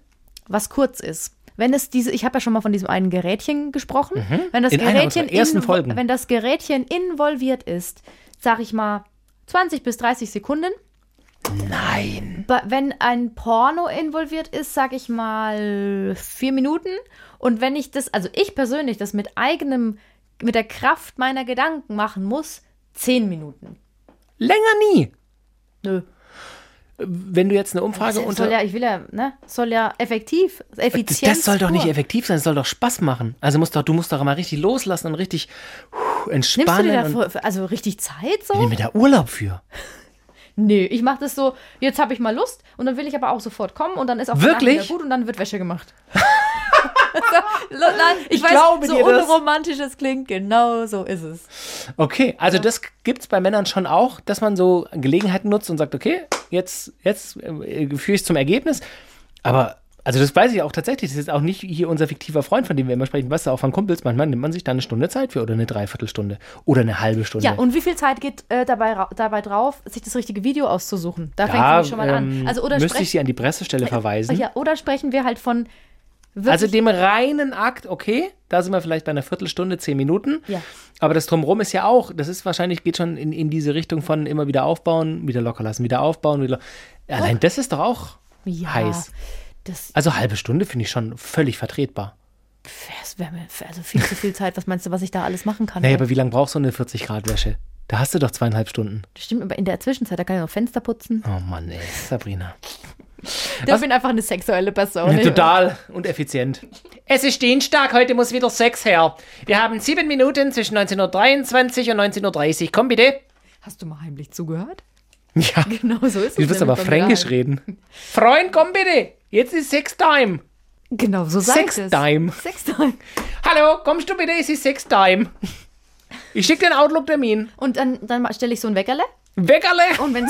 Speaker 1: was kurz ist. Wenn es diese, ich habe ja schon mal von diesem einen Gerätchen gesprochen. Wenn das
Speaker 2: Mhm. In einer
Speaker 1: Gerätchen
Speaker 2: unserer ersten
Speaker 1: invo-
Speaker 2: Folgen.
Speaker 1: wenn das Gerätchen involviert ist, sag ich mal 20 bis 30 Sekunden,
Speaker 2: Nein.
Speaker 1: Ba- wenn ein Porno involviert ist, sag ich mal vier Minuten. Und wenn ich das, also ich persönlich, das mit eigenem, mit der Kraft meiner Gedanken machen muss, zehn Minuten.
Speaker 2: Länger nie.
Speaker 1: Nö.
Speaker 2: Wenn du jetzt eine Umfrage
Speaker 1: Das
Speaker 2: Also unter.
Speaker 1: soll ja, ich will ja, ne, soll ja effektiv, effizient.
Speaker 2: das soll doch nicht effektiv sein, das soll doch Spaß machen. Also musst doch, du musst doch mal richtig loslassen und richtig puh,
Speaker 1: Nimmst du
Speaker 2: entspannen.
Speaker 1: dir da
Speaker 2: und-
Speaker 1: vor- also richtig Zeit
Speaker 2: Ich nehme
Speaker 1: so?
Speaker 2: mir da Urlaub für.
Speaker 1: Nee, ich mache das so, jetzt habe ich mal Lust und dann will ich aber auch sofort kommen und dann ist auch
Speaker 2: Wirklich?
Speaker 1: wieder gut und dann wird Wäsche gemacht. (laughs) so, lo- nein, ich, weiß,
Speaker 2: glaube
Speaker 1: so
Speaker 2: dir das.
Speaker 1: unromantisch es klingt, genau so ist es.
Speaker 2: Okay, also das gibt's bei Männern schon auch, dass man so Gelegenheiten nutzt und sagt, okay, jetzt, jetzt äh, führe ich zum Ergebnis. Aber, also das weiß ich auch tatsächlich, das ist jetzt auch nicht hier unser fiktiver Freund, von dem wir immer sprechen, weißt du, auch von Kumpels, manchmal nimmt man sich da eine Stunde Zeit für oder eine Dreiviertelstunde oder eine halbe Stunde.
Speaker 1: Ja, und wie viel Zeit geht äh, dabei, ra- dabei drauf, sich das richtige Video auszusuchen? Da fängt es
Speaker 2: da
Speaker 1: nämlich schon mal
Speaker 2: ähm,
Speaker 1: an. Also, oder,
Speaker 2: müsste
Speaker 1: sprech,
Speaker 2: ich sie an die Pressestelle verweisen.
Speaker 1: ja, oder sprechen wir halt von wirklich
Speaker 2: Also dem reinen Akt, okay, da sind wir vielleicht bei einer Viertelstunde, zehn Minuten.
Speaker 1: Ja.
Speaker 2: Aber das drumherum ist ja auch, das ist wahrscheinlich, geht schon in, in diese Richtung von immer wieder aufbauen, wieder locker lassen, wieder aufbauen, wieder. Allein das ist doch auch
Speaker 1: ja,
Speaker 2: heiß.
Speaker 1: Das
Speaker 2: Also halbe Stunde finde ich schon völlig vertretbar.
Speaker 1: das wäre mir also viel zu viel Zeit. Was meinst du, was ich da alles machen kann?
Speaker 2: Naja, aber wie lange brauchst du eine 40 Grad Wäsche? Da hast du doch zweieinhalb Stunden.
Speaker 1: Stimmt, aber in der Zwischenzeit, da kann ich noch Fenster putzen.
Speaker 2: Oh Mann, ey, Sabrina.
Speaker 1: Da bin einfach eine sexuelle Person. Ich-
Speaker 2: Total und effizient. Es ist Dienstag, heute muss wieder Sex her. Wir haben sieben Minuten zwischen 19.23 Uhr und 19.30 Uhr. Komm bitte.
Speaker 1: Hast du mal heimlich zugehört? (laughs)
Speaker 2: Ja,
Speaker 1: Genau so ist es.
Speaker 2: du wirst
Speaker 1: nämlich bei
Speaker 2: aber
Speaker 1: mir halt.
Speaker 2: fränkisch
Speaker 1: daheim.
Speaker 2: reden. (laughs) Freund, komm bitte. Jetzt ist Sextime.
Speaker 1: Genau, so sagt es.
Speaker 2: Sextime.
Speaker 1: Sextime.
Speaker 2: Hallo, kommst du bitte? Es ist Sextime. (laughs) Ich schicke den Outlook-Termin.
Speaker 1: Und dann, dann stelle ich so ein Weckerle.
Speaker 2: Weckerle.
Speaker 1: Und wenn (laughs) Was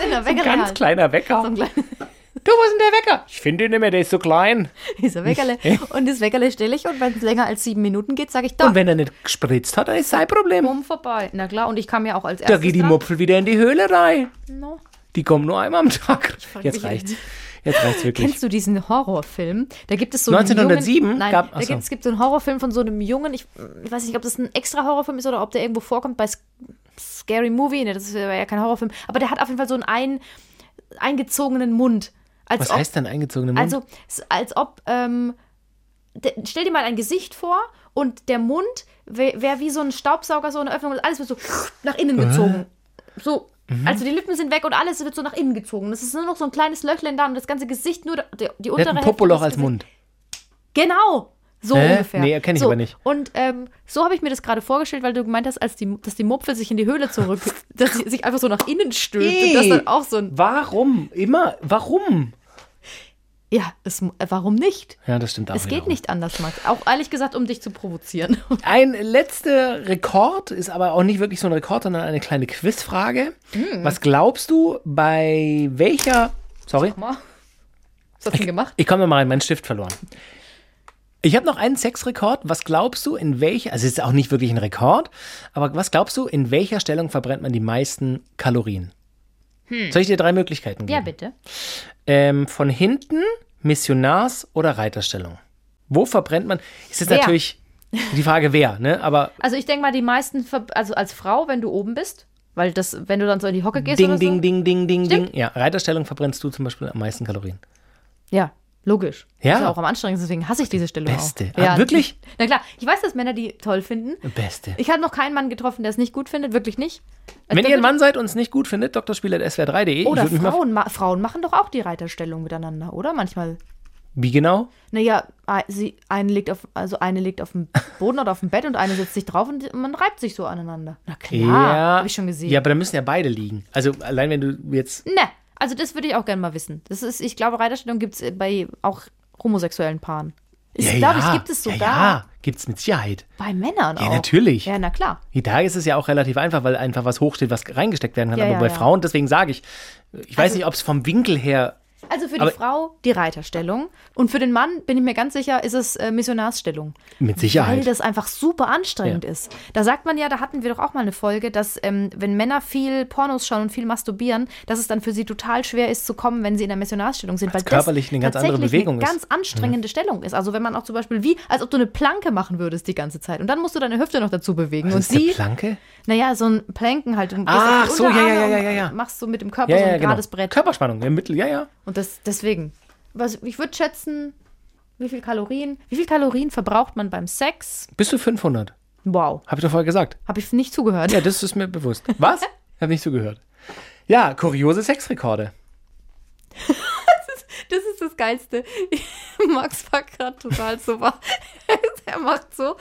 Speaker 1: denn, der Weckerle?
Speaker 2: Ganz
Speaker 1: halt?
Speaker 2: kleiner Wecker.
Speaker 1: So ein kleiner-
Speaker 2: Du, wo ist denn der Wecker? Ich finde ihn nicht mehr, der ist so klein.
Speaker 1: Dieser Weckerle. Und das Weckerle stelle ich und wenn es länger als sieben Minuten geht, sage ich da.
Speaker 2: Und wenn er nicht gespritzt hat, dann ist sein Problem.
Speaker 1: Bumm vorbei. Na klar, und ich kam ja auch als
Speaker 2: Da
Speaker 1: erstes.
Speaker 2: geht die
Speaker 1: dran.
Speaker 2: Mupfel wieder in die Höhle rein.
Speaker 1: No.
Speaker 2: Die kommen nur einmal am Tag.
Speaker 1: frag
Speaker 2: Jetzt
Speaker 1: mich
Speaker 2: reicht's. Jetzt reicht's wirklich.
Speaker 1: Kennst du diesen Horrorfilm? Da gibt es so
Speaker 2: 1907
Speaker 1: einen Jungen, nein,
Speaker 2: gab-
Speaker 1: da
Speaker 2: achso.
Speaker 1: gibt, es gibt so einen Horrorfilm von so einem Jungen, ich, ich weiß nicht, ob das ein extra Horrorfilm ist oder ob der irgendwo vorkommt bei Sc- Scary Movie, ne, das ist ja kein Horrorfilm, aber der hat auf jeden Fall so einen ein, eingezogenen Mund. Als
Speaker 2: Was
Speaker 1: ob,
Speaker 2: heißt denn eingezogene Mund?
Speaker 1: Also, s- als ob, ähm, de, stell dir mal ein Gesicht vor und der Mund wäre wär wie so ein Staubsauger, so eine Öffnung und alles wird so nach innen
Speaker 2: Äh?
Speaker 1: gezogen. So.
Speaker 2: Mhm.
Speaker 1: Also die Lippen sind weg und alles wird so nach innen gezogen. Das ist nur noch so ein kleines Löchlein da und das ganze Gesicht nur, die, die untere
Speaker 2: der hat ein
Speaker 1: Hälfte
Speaker 2: Popoloch
Speaker 1: des
Speaker 2: als
Speaker 1: Gesichts-
Speaker 2: Mund.
Speaker 1: Genau. So
Speaker 2: Hä?
Speaker 1: ungefähr.
Speaker 2: Nee, kenn ich
Speaker 1: so.
Speaker 2: aber nicht.
Speaker 1: Und ähm, so habe ich mir das gerade vorgestellt, weil du gemeint hast, als die, dass die Mupfel sich in die Höhle zurück, (laughs) dass sie sich einfach so nach innen stülpt. Und das
Speaker 2: Ih.
Speaker 1: dann auch so ein,
Speaker 2: Warum? Immer? Warum?
Speaker 1: ja, es, mu- warum nicht?
Speaker 2: Ja, das stimmt auch.
Speaker 1: Es geht
Speaker 2: wiederum.
Speaker 1: nicht anders, Max. Auch ehrlich gesagt, um dich zu (laughs) provozieren.
Speaker 2: Ein letzter Rekord ist aber auch nicht wirklich so ein Rekord, sondern eine kleine Quizfrage.
Speaker 1: Hm.
Speaker 2: Was glaubst du, bei welcher. Sorry,
Speaker 1: Was hast du denn gemacht?
Speaker 2: ich komme mal rein, meinen Stift verloren. Ich habe noch einen Sexrekord. Was glaubst du, in welcher. Also, es ist auch nicht wirklich ein Rekord, aber was glaubst du, in welcher Stellung verbrennt man die meisten Kalorien? Soll ich dir drei Möglichkeiten geben?
Speaker 1: Hm. Ja, bitte.
Speaker 2: Ähm, von hinten, Missionars- oder Reiterstellung? Wo verbrennt man? Es ist
Speaker 1: Wer?
Speaker 2: natürlich die Frage, wer, ne? Aber
Speaker 1: Also ich denke mal, die meisten, ver- also als Frau, wenn du oben bist, weil das, wenn du dann so in die Hocke gehst
Speaker 2: ding,
Speaker 1: oder
Speaker 2: ding,
Speaker 1: so.
Speaker 2: ding, ding, ding,
Speaker 1: Stimmt.
Speaker 2: ding. Ja, Reiterstellung verbrennst du zum Beispiel am meisten Kalorien.
Speaker 1: Ja, logisch.
Speaker 2: Ja.
Speaker 1: Ist auch am anstrengendsten, deswegen hasse ich diese Stellung
Speaker 2: Beste.
Speaker 1: auch.
Speaker 2: Ah, wirklich?
Speaker 1: Na klar, ich weiß, dass Männer die toll finden.
Speaker 2: Beste.
Speaker 1: Ich habe noch keinen Mann getroffen, der es nicht gut findet, wirklich nicht. Also
Speaker 2: Wenn
Speaker 1: der
Speaker 2: ihr ein
Speaker 1: würde-
Speaker 2: Mann seid und es nicht gut findet, drspieler.swr3.de.
Speaker 1: oder
Speaker 2: ich würd mich mal-
Speaker 1: Frauen, ma Frauen machen doch auch die Reiterstellung miteinander, oder? Manchmal.
Speaker 2: Wie genau?
Speaker 1: Naja, ei- sie, eine liegt auf, also eine liegt auf dem Boden oder auf dem Bett und eine setzt sich drauf und man reibt sich so aneinander. Na klar, habe ich schon gesehen.
Speaker 2: Ja, aber da müssen ja beide liegen. Also allein wenn du jetzt.
Speaker 1: Ne, also das würde ich auch gerne mal wissen. Das ist, ich glaube, Reiterstellung gibt es bei auch homosexuellen Paaren. Ich glaube, es gibt es sogar
Speaker 2: Ja, ja. gibt es mit Sicherheit.
Speaker 1: bei Männern
Speaker 2: Ja,
Speaker 1: auch.
Speaker 2: natürlich.
Speaker 1: Ja, na klar.
Speaker 2: Da ist es ja auch relativ einfach, weil einfach was hochsteht, was reingesteckt werden kann.
Speaker 1: Ja,
Speaker 2: aber
Speaker 1: ja, Also
Speaker 2: bei
Speaker 1: ja.
Speaker 2: Frauen, deswegen sage ich, ich weiß nicht, ob es vom Winkel her
Speaker 1: Also für die
Speaker 2: Aber-
Speaker 1: Frau die Reiterstellung und für den Mann, bin ich mir ganz sicher, ist es äh, Missionarsstellung.
Speaker 2: mit
Speaker 1: Weil
Speaker 2: Sicherheit. Also,
Speaker 1: das einfach super anstrengend
Speaker 2: Ja.
Speaker 1: ist. Da sagt man ja, da hatten wir doch auch mal eine Folge, dass ähm, wenn Männer viel Pornos schauen und viel masturbieren, dass es dann für sie total schwer ist zu kommen, wenn sie in der Missionarstellung sind. Weil
Speaker 2: körperlich
Speaker 1: das
Speaker 2: eine ganz andere
Speaker 1: tatsächlich
Speaker 2: Bewegung
Speaker 1: eine
Speaker 2: ist. Mhm.
Speaker 1: ganz anstrengende Stellung ist. Also wenn man auch zum Beispiel wie, als ob du eine Planke machen würdest die ganze Zeit. Und dann musst du deine Hüfte noch dazu bewegen.
Speaker 2: Was
Speaker 1: und
Speaker 2: ist eine
Speaker 1: sie, Also
Speaker 2: Planke?
Speaker 1: naja, so ein Planken halt. Du gehst
Speaker 2: Ach,
Speaker 1: auf die
Speaker 2: so, ja, ja,
Speaker 1: Unterarme
Speaker 2: ja,
Speaker 1: und
Speaker 2: ja, ja.
Speaker 1: Machst so mit dem Körper
Speaker 2: Ja,
Speaker 1: so ein
Speaker 2: ja, genau.
Speaker 1: gerades Brett.
Speaker 2: Körperspannung im Mittel, ja, ja.
Speaker 1: Und das deswegen. Was, ich würde schätzen, wie viel Kalorien, wie viel Kalorien verbraucht man beim Sex?
Speaker 2: Bis zu 500.
Speaker 1: Wow,
Speaker 2: Habe ich doch vorher gesagt.
Speaker 1: habe ich nicht zugehört.
Speaker 2: Ja, das ist mir bewusst.
Speaker 1: (laughs)
Speaker 2: Was? Hab nicht zugehört. Ja, kuriose Sexrekorde.
Speaker 1: Das ist das Geilste. (laughs) Max war gerade total super. (laughs) er macht so,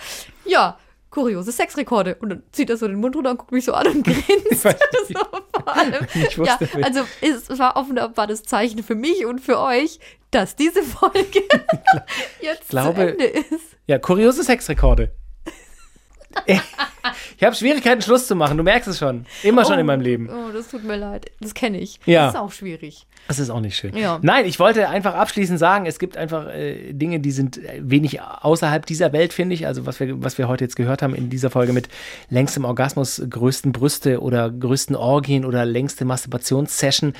Speaker 1: ja, kuriose Sexrekorde. Und dann zieht er so den Mund runter und guckt mich so an
Speaker 2: (laughs)
Speaker 1: und grinst.
Speaker 2: weiß
Speaker 1: Das war vor allem.
Speaker 2: (laughs) Ich wusste
Speaker 1: ja,
Speaker 2: nicht.
Speaker 1: also es war offenbar das Zeichen für mich und für euch, dass diese
Speaker 2: (laughs)
Speaker 1: Folge (laughs) jetzt
Speaker 2: glaube-
Speaker 1: zu Ende ist.
Speaker 2: Ja,
Speaker 1: (laughs)
Speaker 2: kuriose Sexrekorde. ich habe Schwierigkeiten, Schluss zu machen. Du merkst es schon. Immer schon in meinem Leben.
Speaker 1: Oh, das tut mir leid. Das kenne ich.
Speaker 2: Ja.
Speaker 1: Das ist auch schwierig.
Speaker 2: Das ist auch nicht schön.
Speaker 1: Ja.
Speaker 2: Nein, ich wollte einfach abschließend sagen, es gibt einfach äh, Dinge, die sind äh, wenig außerhalb dieser Welt, finde ich. Also was wir, was wir heute jetzt gehört haben in dieser Folge mit längstem Orgasmus, größten Brüste oder größten Orgien oder längste Masturbationssession.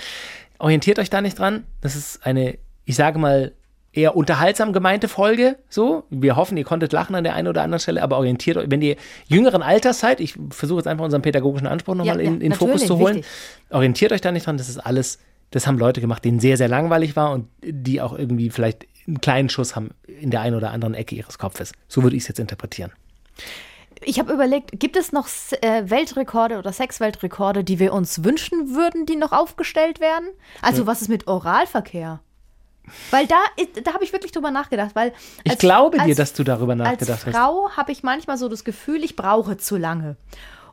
Speaker 2: Orientiert euch da nicht dran. Das ist eine, ich sage mal, eher unterhaltsam gemeinte Folge. So, wir hoffen, ihr konntet lachen an der einen oder anderen Stelle, aber orientiert euch, wenn ihr jüngeren Alters seid, ich versuche jetzt einfach unseren pädagogischen Anspruch
Speaker 1: Ja,
Speaker 2: nochmal
Speaker 1: ja,
Speaker 2: in, in Fokus
Speaker 1: natürlich,
Speaker 2: zu holen.
Speaker 1: wichtig.
Speaker 2: Orientiert euch da nicht dran, das ist alles Das haben Leute gemacht, denen sehr, sehr langweilig war und die auch irgendwie vielleicht einen kleinen Schuss haben in der einen oder anderen Ecke ihres Kopfes. So würde ich es jetzt interpretieren.
Speaker 1: Ich habe überlegt, gibt es noch S- äh, Weltrekorde oder Sexweltrekorde, die wir uns wünschen würden, die noch aufgestellt werden? Also was ist mit Oralverkehr? Weil da, ist- da habe ich wirklich drüber nachgedacht, weil
Speaker 2: Ich
Speaker 1: als-
Speaker 2: glaube dir,
Speaker 1: als-
Speaker 2: dass du darüber
Speaker 1: als
Speaker 2: nachgedacht hast.
Speaker 1: Frau habe ich manchmal so das Gefühl, ich brauche zu lange.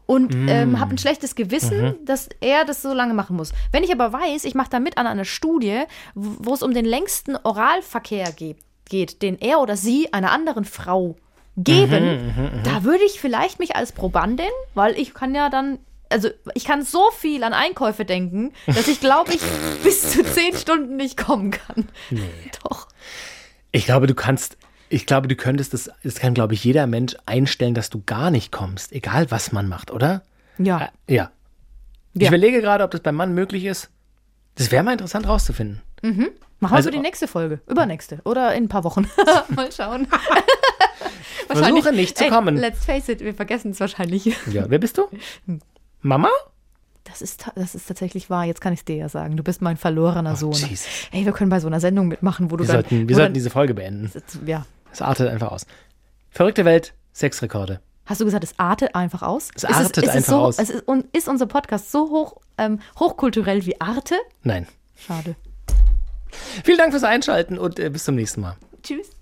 Speaker 1: Und
Speaker 2: Mm.
Speaker 1: ähm, habe ein schlechtes Gewissen,
Speaker 2: Mhm.
Speaker 1: dass er das so lange machen muss. Wenn ich aber weiß, ich mache da mit an einer Studie, wo wo es um den längsten Oralverkehr ge geht, den er oder sie einer anderen Frau
Speaker 2: Mhm,
Speaker 1: geben, da würde ich vielleicht mich als Probandin, weil ich kann ja dann, also ich kann so viel an Einkäufe denken, dass ich glaube,
Speaker 2: (laughs)
Speaker 1: ich bis zu zehn Stunden nicht kommen kann. Doch.
Speaker 2: Ich glaube, du kannst, ich glaube, du könntest das, das kann, glaube ich, jeder Mensch einstellen, dass du gar nicht kommst, egal was man macht, oder?
Speaker 1: Ja.
Speaker 2: Äh, ja. Ich
Speaker 1: Ja.
Speaker 2: überlege gerade, ob das beim Mann möglich ist. Das wäre mal interessant rauszufinden.
Speaker 1: Machen wir
Speaker 2: Also-
Speaker 1: für die nächste Folge, übernächste oder in ein paar Wochen. Mal
Speaker 2: (laughs)
Speaker 1: schauen. Wahrscheinlich-
Speaker 2: Versuche nicht zu
Speaker 1: Ey,
Speaker 2: kommen.
Speaker 1: Let's face it, wir vergessen es wahrscheinlich. (laughs)
Speaker 2: Ja, wer bist du?
Speaker 1: Hm.
Speaker 2: Mama?
Speaker 1: Das ist, ta- das ist tatsächlich wahr. Jetzt kann ich es dir ja sagen. Du bist mein verlorener Sohn.
Speaker 2: Jesus.
Speaker 1: Ey, wir können bei so einer Sendung mitmachen, wo du
Speaker 2: Wir
Speaker 1: dann.
Speaker 2: sollten,
Speaker 1: wo
Speaker 2: wir sollten
Speaker 1: dann
Speaker 2: diese Folge beenden.
Speaker 1: ja.
Speaker 2: Es artet einfach aus. Verrückte Welt, Sexrekorde.
Speaker 1: Hast du gesagt, es artet einfach aus?
Speaker 2: Es artet
Speaker 1: ist
Speaker 2: einfach
Speaker 1: so,
Speaker 2: aus.
Speaker 1: Es ist, und ist unser Podcast so hoch, ähm, hochkulturell wie Arte?
Speaker 2: Nein.
Speaker 1: Schade.
Speaker 2: Vielen Dank fürs Einschalten und äh, bis zum nächsten Mal.
Speaker 1: Tschüss.